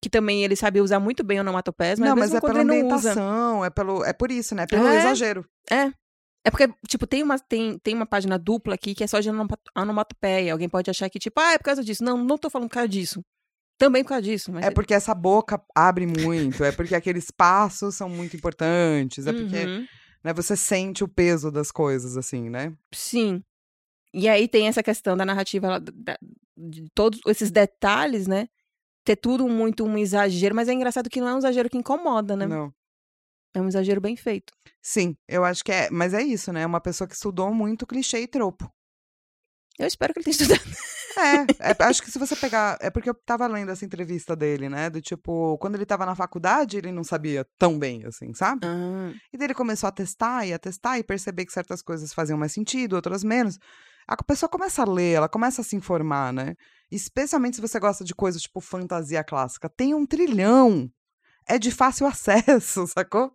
Speaker 2: que também ele sabe usar muito bem onomatopeias, mas,
Speaker 1: não,
Speaker 2: mesmo
Speaker 1: mas é
Speaker 2: quando
Speaker 1: pela
Speaker 2: ele não usa.
Speaker 1: ambientação, é, pelo, é por isso, né? Pelo
Speaker 2: É?
Speaker 1: exagero.
Speaker 2: É porque, tipo, tem uma, tem, tem uma página dupla aqui que é só de onoma- onomatopeia. Alguém pode achar que, tipo, ah, é por causa disso. Não, não tô falando por causa disso. Também por causa disso, mas.
Speaker 1: É porque essa boca abre muito, é porque aqueles passos são muito importantes, é porque
Speaker 2: Uhum.
Speaker 1: né, você sente o peso das coisas, assim, né?
Speaker 2: Sim. E aí tem essa questão da narrativa, ela- da- de todos esses detalhes, né? Ter tudo muito um exagero, mas é engraçado que não é um exagero que incomoda, né?
Speaker 1: Não.
Speaker 2: É um exagero bem feito.
Speaker 1: Sim, eu acho que é. Mas é isso, né? É uma pessoa que estudou muito clichê e tropo.
Speaker 2: Eu espero que ele tenha estudado.
Speaker 1: É, é, acho que se você pegar. É porque eu tava lendo essa entrevista dele, né? Do tipo, quando ele tava na faculdade, ele não sabia tão bem, assim, sabe? E daí ele começou a testar e a testar e perceber que certas coisas faziam mais sentido, outras menos. A pessoa começa a ler, ela começa a se informar, né? Especialmente se você gosta de coisas tipo fantasia clássica. Tem um trilhão. É de fácil acesso, sacou?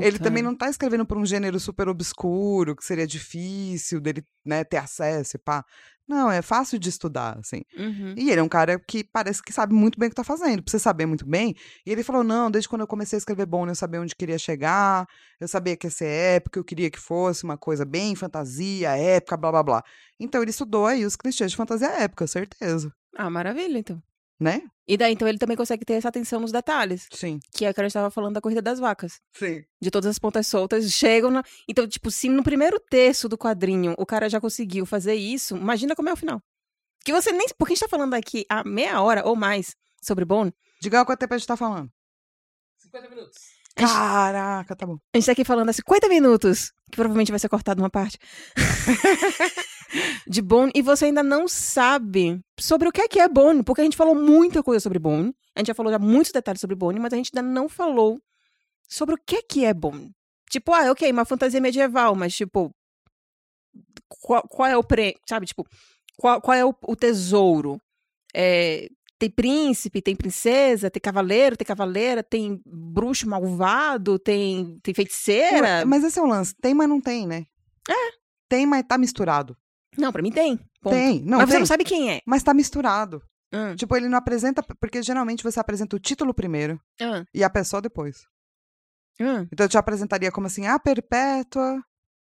Speaker 1: Ele também não tá escrevendo por um gênero super obscuro, que seria difícil dele né, ter acesso e pá. Não, é fácil de estudar, assim.
Speaker 2: Uhum.
Speaker 1: E ele é um cara que parece que sabe muito bem o que tá fazendo, precisa saber muito bem. E ele falou: não, desde quando eu comecei a escrever Bone, eu sabia onde queria chegar, eu sabia que ia ser época, eu queria que fosse uma coisa bem fantasia, época, blá blá blá. Então ele estudou aí os clichês de fantasia época, certeza.
Speaker 2: Ah, maravilha, então.
Speaker 1: Né?
Speaker 2: E daí, então, ele também consegue ter essa atenção nos detalhes,
Speaker 1: Sim.
Speaker 2: que é o que a gente estava falando da corrida das vacas.
Speaker 1: Sim.
Speaker 2: de todas as pontas soltas chegam na... Então, tipo, se no primeiro terço do quadrinho o cara já conseguiu fazer isso, imagina como é o final. Que você nem... Porque a gente tá falando aqui há meia hora ou mais sobre Bone.
Speaker 1: Diga quanto tempo a gente tá falando.
Speaker 2: 50 minutos. A gente,
Speaker 1: Caraca, tá bom.
Speaker 2: a gente tá aqui falando há 50 minutos, que provavelmente vai ser cortado uma parte. de Bone. E você ainda não sabe sobre o que é que é Bone. Porque a gente falou muita coisa sobre Bone. A gente já falou já muitos detalhes sobre Bone, mas a gente ainda não falou sobre o que é que é Bone. Tipo, ah, ok, uma fantasia medieval, mas tipo. Qual, qual é o pre. Sabe, tipo, qual, qual é o, o tesouro? É, tem príncipe, tem princesa, tem cavaleiro, tem cavaleira, tem bruxo malvado, tem, tem feiticeira.
Speaker 1: é Mas esse é o lance. Tem, mas não tem, né? Tem, mas tá misturado.
Speaker 2: Não, pra mim tem. ponto.
Speaker 1: Tem, não,
Speaker 2: Mas
Speaker 1: tem,
Speaker 2: você não sabe quem é.
Speaker 1: mas tá misturado.
Speaker 2: Ah,
Speaker 1: Tipo, ele não apresenta, porque geralmente você apresenta o título primeiro
Speaker 2: ah,
Speaker 1: e a pessoa depois.
Speaker 2: ah.
Speaker 1: Então eu te apresentaria como assim, a Perpétua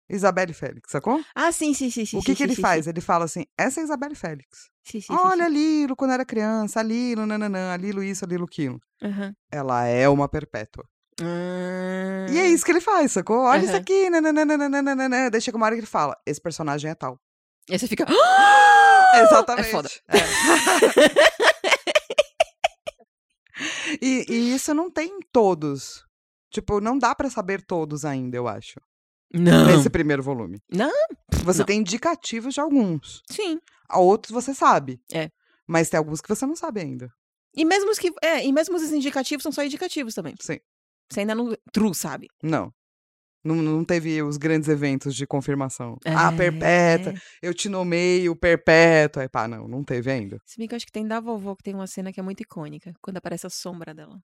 Speaker 1: Isabelle Félix, sacou?
Speaker 2: Ah, sim, sim, sim. sim
Speaker 1: o que,
Speaker 2: sim,
Speaker 1: que ele
Speaker 2: sim,
Speaker 1: faz? Ele fala assim, essa é a Isabelle Félix.
Speaker 2: Sim, sim, sim,
Speaker 1: Olha a Lilo quando era criança, a Lilo, nananã, a Lilo isso, a Lilo aquilo.
Speaker 2: sim. Aham.
Speaker 1: Ela é uma perpétua.
Speaker 2: Ah.
Speaker 1: E é isso que ele faz, sacou? Olha isso
Speaker 2: Aham.
Speaker 1: aqui, nananana, deixa com uma hora que ele fala, esse personagem é tal.
Speaker 2: Aí você fica.
Speaker 1: Exatamente.
Speaker 2: É foda.
Speaker 1: É. e, e isso não tem em todos. Tipo, não dá pra saber todos ainda, eu acho.
Speaker 2: Não.
Speaker 1: Nesse primeiro volume.
Speaker 2: Não.
Speaker 1: Você
Speaker 2: Não.
Speaker 1: tem indicativos de alguns.
Speaker 2: Sim.
Speaker 1: A Outros você sabe.
Speaker 2: É.
Speaker 1: Mas tem alguns que você não sabe ainda.
Speaker 2: E mesmo os que. É, e mesmo os indicativos são só indicativos também.
Speaker 1: Sim.
Speaker 2: Você ainda não. True, sabe?
Speaker 1: Não. Não, não teve os grandes eventos de confirmação. Ah,
Speaker 2: É.
Speaker 1: Perpétua, eu te nomeio Perpétua. Aí, pá, não, não teve ainda.
Speaker 2: Se bem que eu acho que tem da vovó que tem uma cena que é muito icônica. Quando aparece a sombra dela.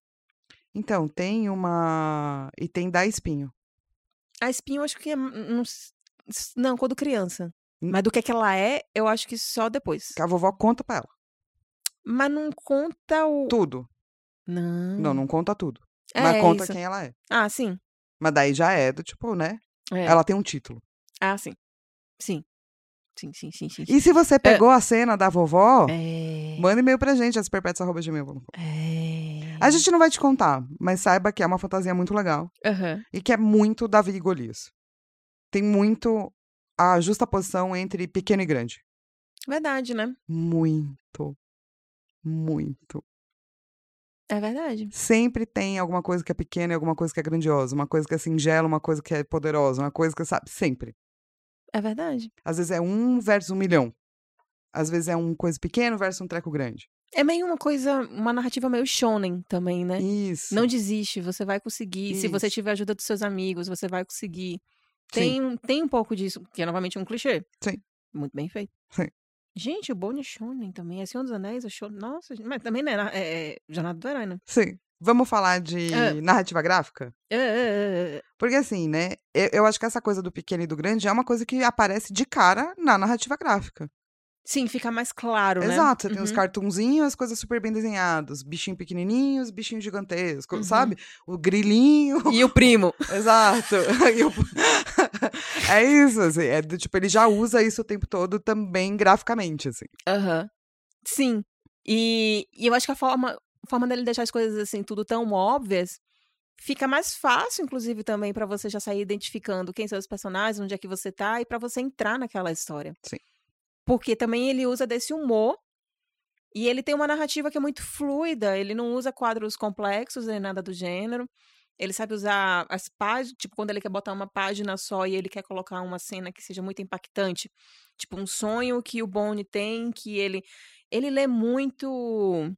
Speaker 1: Então, tem uma. E tem da Espinho.
Speaker 2: A espinha eu acho que é. Não, s- s- não, quando criança.
Speaker 1: Hum.
Speaker 2: Mas do que, é que ela é, eu acho que só depois.
Speaker 1: Que a vovó conta pra ela.
Speaker 2: Mas não conta o.
Speaker 1: Tudo.
Speaker 2: Não.
Speaker 1: Não, não conta tudo.
Speaker 2: Hum. É,
Speaker 1: mas conta
Speaker 2: isso.
Speaker 1: quem ela é.
Speaker 2: Ah, sim.
Speaker 1: Mas daí já é do tipo, né?
Speaker 2: É.
Speaker 1: Ela tem um título.
Speaker 2: Ah, sim. Sim. Sim, sim, sim, sim. sim.
Speaker 1: E se você pegou a cena da vovó,
Speaker 2: É.
Speaker 1: manda e-mail pra gente, asperpetos.gmail.com.
Speaker 2: É.
Speaker 1: A gente não vai te contar, mas saiba que é uma fantasia muito legal
Speaker 2: Aham.
Speaker 1: e que é muito Davi e Golias. Tem muito a justa posição entre pequeno e grande.
Speaker 2: Verdade, né?
Speaker 1: Muito. Muito.
Speaker 2: É verdade.
Speaker 1: Sempre tem alguma coisa que é pequena e alguma coisa que é grandiosa, uma coisa que é singela, uma coisa que é poderosa, uma coisa que, sabe, sempre.
Speaker 2: É verdade.
Speaker 1: Às vezes é um versus um milhão. Às vezes é um coisa pequeno versus um treco grande.
Speaker 2: É meio uma coisa, uma narrativa meio shonen também, né?
Speaker 1: Isso.
Speaker 2: Não desiste, você vai conseguir. Se você
Speaker 1: Isso.
Speaker 2: tiver a ajuda dos seus amigos, você vai conseguir.
Speaker 1: Sim.
Speaker 2: Tem, um- tem um pouco disso, que é novamente um clichê.
Speaker 1: Sim.
Speaker 2: Muito bem feito.
Speaker 1: Sim.
Speaker 2: Gente, o Bone é Shonen também. É Senhor dos Anéis, é Shonen. Nossa, gente, mas também né, na- é, é Jornada do Herói, né?
Speaker 1: Sim. Vamos falar de
Speaker 2: É.
Speaker 1: narrativa gráfica?
Speaker 2: É, é, é, é.
Speaker 1: Porque assim, né? Eu, eu acho que essa coisa do pequeno e do grande é uma coisa que aparece de cara na narrativa gráfica.
Speaker 2: Sim, fica mais claro, né?
Speaker 1: Exato. Você tem os
Speaker 2: Uhum.
Speaker 1: cartunzinhos, as coisas super bem desenhadas. Bichinho pequenininhos, bichinho gigantesco,
Speaker 2: Uhum.
Speaker 1: sabe? O grilinho.
Speaker 2: E o primo.
Speaker 1: Exato. E o- é isso, assim. É do, tipo, ele já usa isso o tempo todo também graficamente, assim.
Speaker 2: Aham. Sim. E, e eu acho que a forma, a forma dele deixar as coisas assim, tudo tão óbvias, fica mais fácil, inclusive, também, pra você já sair identificando quem são os personagens, onde é que você tá, e pra você entrar naquela história.
Speaker 1: Sim.
Speaker 2: Porque também ele usa desse humor. E ele tem uma narrativa que é muito fluida, ele não usa quadros complexos nem nada do gênero. Ele sabe usar as páginas, tipo, quando ele quer botar uma página só e ele quer colocar uma cena que seja muito impactante. Tipo, um sonho que o Bone tem, que ele. Ele lê muito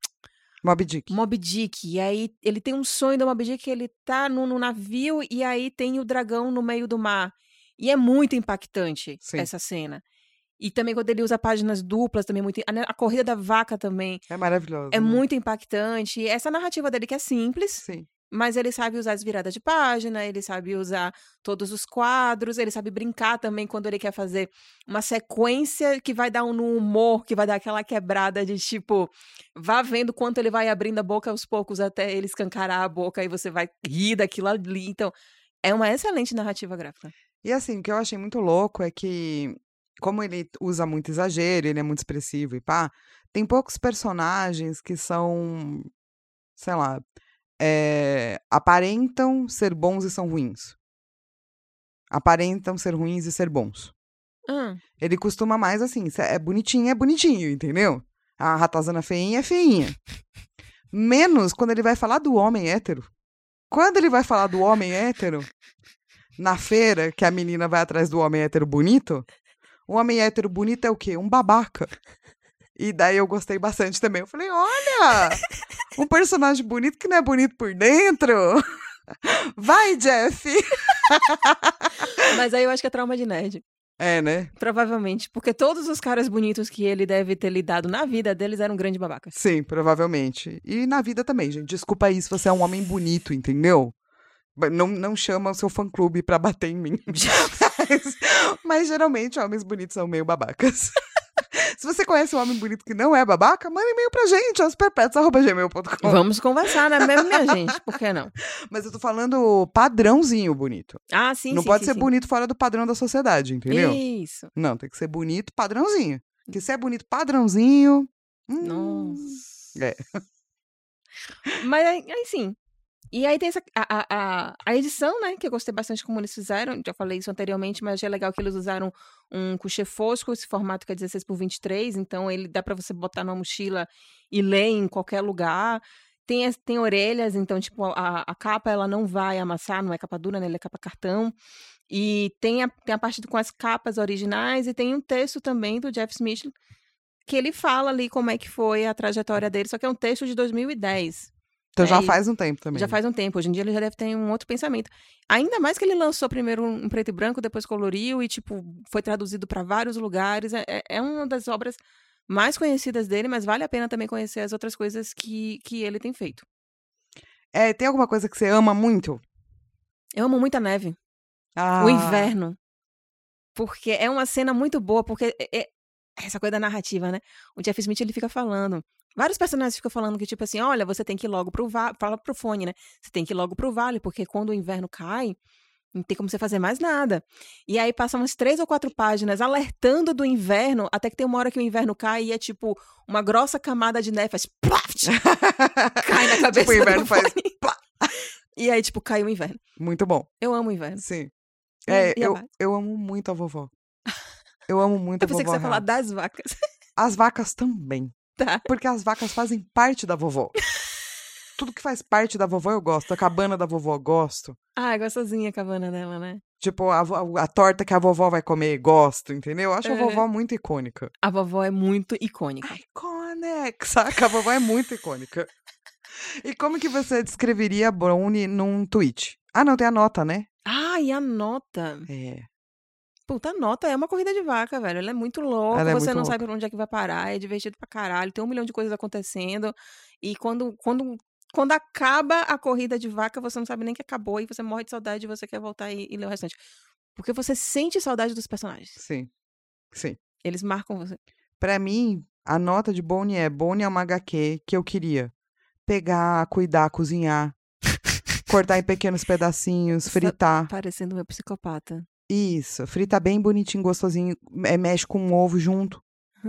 Speaker 1: Mob Dick.
Speaker 2: Mob Dick. E aí ele tem um sonho do Mob Dick que ele tá no, no navio e aí tem o dragão no meio do mar. E é muito impactante
Speaker 1: Sim.
Speaker 2: essa cena. E também quando ele usa páginas duplas, também é muito. a- A corrida da vaca também
Speaker 1: É maravilhoso.
Speaker 2: é
Speaker 1: né?
Speaker 2: muito impactante. Essa narrativa dele que é simples,
Speaker 1: Sim.
Speaker 2: mas ele sabe usar as viradas de página, ele sabe usar todos os quadros, ele sabe brincar também quando ele quer fazer uma sequência que vai dar um no humor, que vai dar aquela quebrada de tipo, vá vendo quanto ele vai abrindo a boca aos poucos até ele escancarar a boca e você vai rir daquilo ali. Então, é uma excelente narrativa gráfica.
Speaker 1: E assim, o que eu achei muito louco é que, como ele usa muito exagero, ele é muito expressivo e pá, tem poucos personagens que são, sei lá, eh, aparentam ser bons e são ruins. Aparentam ser ruins e ser bons.
Speaker 2: Hum,
Speaker 1: Ele costuma mais assim, se é bonitinho, é bonitinho, entendeu? A ratazana feinha é feinha. Menos quando ele vai falar do homem hétero. Quando ele vai falar do homem hétero, na feira, que a menina vai atrás do homem hétero bonito, o homem hétero bonito é o quê? Um babaca. E daí eu gostei bastante também. Eu falei, olha! Um personagem bonito que não é bonito por dentro. Vai, Jeff!
Speaker 2: Mas aí eu acho que é trauma de nerd.
Speaker 1: É, né?
Speaker 2: Provavelmente. Porque todos os caras bonitos que ele deve ter lidado na vida deles eram grandes babacas.
Speaker 1: Sim, provavelmente. E na vida também, gente. Desculpa aí se você é um homem bonito, entendeu? Ba- Não, não chama o seu fã-clube pra bater em mim. Mas, mas geralmente homens bonitos são meio babacas. Se você conhece um homem bonito que não é babaca, manda e-mail pra gente, osperpetos.gmail.com.
Speaker 2: Vamos conversar, né mesmo, minha gente? Por que não?
Speaker 1: Mas eu tô falando padrãozinho bonito.
Speaker 2: Ah, sim,
Speaker 1: não
Speaker 2: sim,
Speaker 1: pode
Speaker 2: sim,
Speaker 1: ser
Speaker 2: sim.
Speaker 1: bonito fora do padrão da sociedade, entendeu?
Speaker 2: Isso.
Speaker 1: Não, tem que ser bonito padrãozinho. Porque se é bonito padrãozinho. hum,
Speaker 2: Nossa.
Speaker 1: É.
Speaker 2: Mas aí, aí sim. E aí tem essa, a, a- a, a edição, né? Que eu gostei bastante como eles fizeram. Já falei isso anteriormente, mas achei legal que eles usaram um coucher fosco, esse formato que é 16 por 23. Então, ele dá pra você botar numa mochila e ler em qualquer lugar. Tem, as- tem orelhas, então, tipo, a, a capa ela não vai amassar, não é capa dura, né? Ela é capa cartão. E tem a, tem a parte do- com as capas originais e tem um texto também do Jeff Smith que ele fala ali como é que foi a trajetória dele, só que é um texto de 2010.
Speaker 1: Então
Speaker 2: É
Speaker 1: já
Speaker 2: isso.
Speaker 1: faz um tempo também.
Speaker 2: Já
Speaker 1: né?
Speaker 2: faz um tempo. Hoje em dia ele já deve ter um outro pensamento. Ainda mais que ele lançou primeiro um preto e branco, depois coloriu e, tipo, foi traduzido para vários lugares. É, é- é uma das obras mais conhecidas dele, mas vale a pena também conhecer as outras coisas que, que ele tem feito.
Speaker 1: É, tem alguma coisa que você ama muito?
Speaker 2: Eu amo muito a neve,
Speaker 1: Ah,
Speaker 2: o inverno. Porque é uma cena muito boa, porque é- é- essa coisa da narrativa, né? O Jeff Smith ele fica falando. Vários personagens ficam falando que, tipo assim, olha, você tem que ir logo pro vale. Fala pro fone, né? Você tem que ir logo pro vale, porque quando o inverno cai, não tem como você fazer mais nada. E aí passam umas três ou quatro páginas alertando do inverno, até que tem uma hora que o inverno cai e é tipo uma grossa camada de neve, faz plaft, cai na cabeça.
Speaker 1: Tipo, o inverno
Speaker 2: do
Speaker 1: faz
Speaker 2: fone. E aí, tipo, cai o inverno.
Speaker 1: Muito bom.
Speaker 2: Eu amo o inverno.
Speaker 1: Sim.
Speaker 2: E-
Speaker 1: É,
Speaker 2: e a
Speaker 1: eu,
Speaker 2: vaca?
Speaker 1: eu amo muito a vovó. Eu amo muito
Speaker 2: Eu
Speaker 1: a vovó.
Speaker 2: pensei que você ia falar
Speaker 1: Hannah.
Speaker 2: das vacas.
Speaker 1: As vacas também.
Speaker 2: Tá.
Speaker 1: Porque as vacas fazem parte da vovó. Tudo que faz parte da vovó eu gosto. A cabana da vovó eu gosto.
Speaker 2: Ah, é gostosinha a cabana dela, né?
Speaker 1: Tipo, a, vo- a torta que a vovó vai comer, gosto, entendeu? Eu acho a
Speaker 2: Uhum.
Speaker 1: vovó muito icônica.
Speaker 2: A vovó é muito icônica.
Speaker 1: Iconic, saca? A vovó é muito icônica. E como que você descreveria a Brownie num tweet? Ah, não, tem a nota, né?
Speaker 2: Ah, e a nota.
Speaker 1: É.
Speaker 2: Puta, a nota é uma corrida de vaca, velho. Ela é muito louca,
Speaker 1: Ela é
Speaker 2: você
Speaker 1: muito
Speaker 2: não
Speaker 1: louca.
Speaker 2: sabe pra onde é que vai parar, é divertido pra caralho, tem um milhão de coisas acontecendo. E quando, quando, quando acaba a corrida de vaca, você não sabe nem que acabou e você morre de saudade e você quer voltar e, e ler o restante. Porque você sente saudade dos personagens.
Speaker 1: Sim. Sim.
Speaker 2: Eles marcam você.
Speaker 1: Pra mim, a nota de Bonnie é Bonnie é uma HQ que eu queria pegar, cuidar, cozinhar, cortar em pequenos pedacinhos,
Speaker 2: Sa-
Speaker 1: fritar.
Speaker 2: Parecendo meu psicopata.
Speaker 1: Isso, frita bem bonitinho, gostosinho, é, mexe com um ovo junto,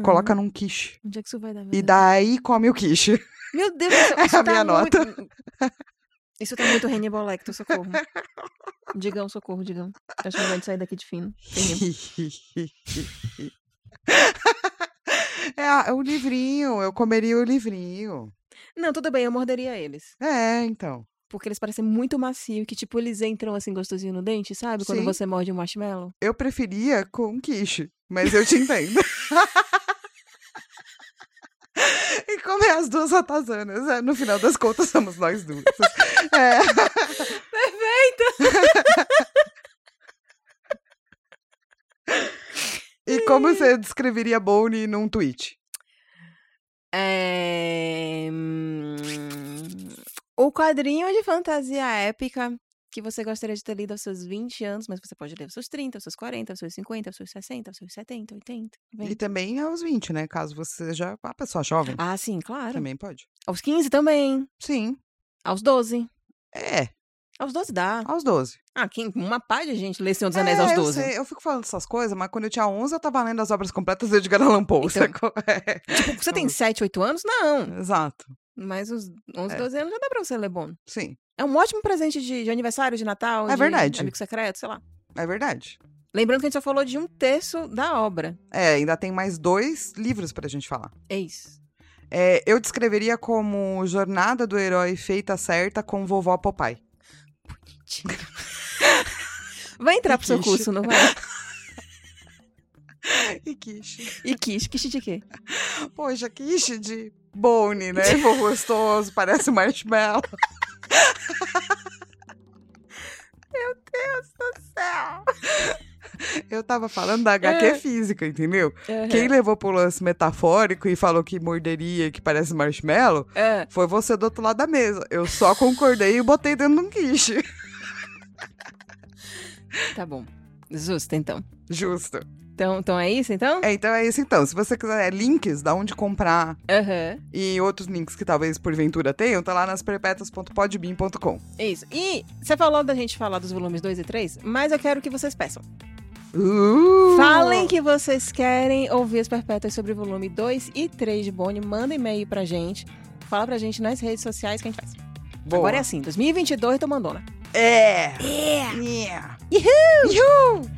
Speaker 1: coloca num quiche.
Speaker 2: Onde é que isso vai dar? meu
Speaker 1: E
Speaker 2: Deus?
Speaker 1: daí come o quiche.
Speaker 2: Meu Deus, isso,
Speaker 1: É
Speaker 2: isso
Speaker 1: a
Speaker 2: tá
Speaker 1: minha
Speaker 2: muito... Isso tá muito Hannibal Lecter, socorro. Digão, socorro, Digão. Eu acho melhor a gente sair daqui de fino. Terrível.
Speaker 1: é, a- é o livrinho, eu comeria o livrinho.
Speaker 2: Não, tudo bem, eu morderia eles.
Speaker 1: É, então.
Speaker 2: Porque eles parecem muito macio, que tipo, eles entram assim gostosinho no dente, sabe? Quando
Speaker 1: Sim.
Speaker 2: você morde um marshmallow.
Speaker 1: Eu preferia com quiche, mas eu te entendo. e comer as duas ratazanas. é, no final das contas, somos nós duas. É. E como você descreveria Bonnie num tweet?
Speaker 2: É... hum, O quadrinho de fantasia épica que você gostaria de ter lido aos seus 20 anos, mas você pode ler aos seus 30, aos seus 40, aos seus 50, aos seus 60, aos seus 70, 80,
Speaker 1: E
Speaker 2: 90.
Speaker 1: também aos 20, né? Caso você seja uma pessoa jovem.
Speaker 2: Ah, sim, claro.
Speaker 1: Também pode.
Speaker 2: Aos 15 também.
Speaker 1: Sim.
Speaker 2: Aos 12.
Speaker 1: É,
Speaker 2: Aos 12 dá.
Speaker 1: aos 12.
Speaker 2: Ah, quem, uma pá de gente lê Senhor dos
Speaker 1: É,
Speaker 2: Anéis aos
Speaker 1: eu
Speaker 2: 12.
Speaker 1: sei, Eu, fico falando essas coisas, mas quando eu tinha 11, eu tava lendo as obras completas do Edgar Allan Poe.
Speaker 2: Então.
Speaker 1: sacou? É,
Speaker 2: Tipo, você tem 7, 8 anos? Não.
Speaker 1: Exato.
Speaker 2: Mas os 11,
Speaker 1: É.
Speaker 2: 12 anos já dá pra você ler bom.
Speaker 1: Sim,
Speaker 2: É um ótimo presente de, de aniversário, de Natal,
Speaker 1: É
Speaker 2: de
Speaker 1: verdade.
Speaker 2: amigo secreto, sei lá.
Speaker 1: é verdade.
Speaker 2: Lembrando que a gente só falou de um terço da obra.
Speaker 1: É, ainda tem mais dois livros pra gente falar.
Speaker 2: É isso.
Speaker 1: É, eu descreveria como Jornada do Herói Feita Certa com Vovó Popeye.
Speaker 2: Vai entrar pro seu
Speaker 1: Quiche.
Speaker 2: curso, não vai?
Speaker 1: E quiche.
Speaker 2: E quiche, quiche de quê?
Speaker 1: Poxa, quiche de bone, né? Pô, gostoso, parece marshmallow. Eu tava falando da HQ
Speaker 2: É.
Speaker 1: física, entendeu?
Speaker 2: Uhum.
Speaker 1: Quem levou pro lance metafórico e falou que morderia que parece marshmallow
Speaker 2: É.
Speaker 1: foi você do outro lado da mesa. Eu só concordei e botei dentro de um quiche.
Speaker 2: Tá bom. Justo, então.
Speaker 1: Justo.
Speaker 2: Então, então é isso, então?
Speaker 1: É, então é isso então. Se você quiser links da onde comprar
Speaker 2: Aham.
Speaker 1: e outros links que talvez porventura tenham, tá lá nas perpétuas.podbean.com.
Speaker 2: É Isso. E você falou da gente falar dos volumes 2 e 3, mas eu quero que vocês peçam.
Speaker 1: Uh!
Speaker 2: Falem que vocês querem ouvir as perpétuas sobre o volume 2 e 3 de Bonnie. Manda e-mail pra gente. Fala pra gente nas redes sociais que a gente faz.
Speaker 1: Boa.
Speaker 2: Agora é assim, 2022 tô mandona.
Speaker 1: É!
Speaker 2: É!
Speaker 1: Yeah.
Speaker 2: Uhul!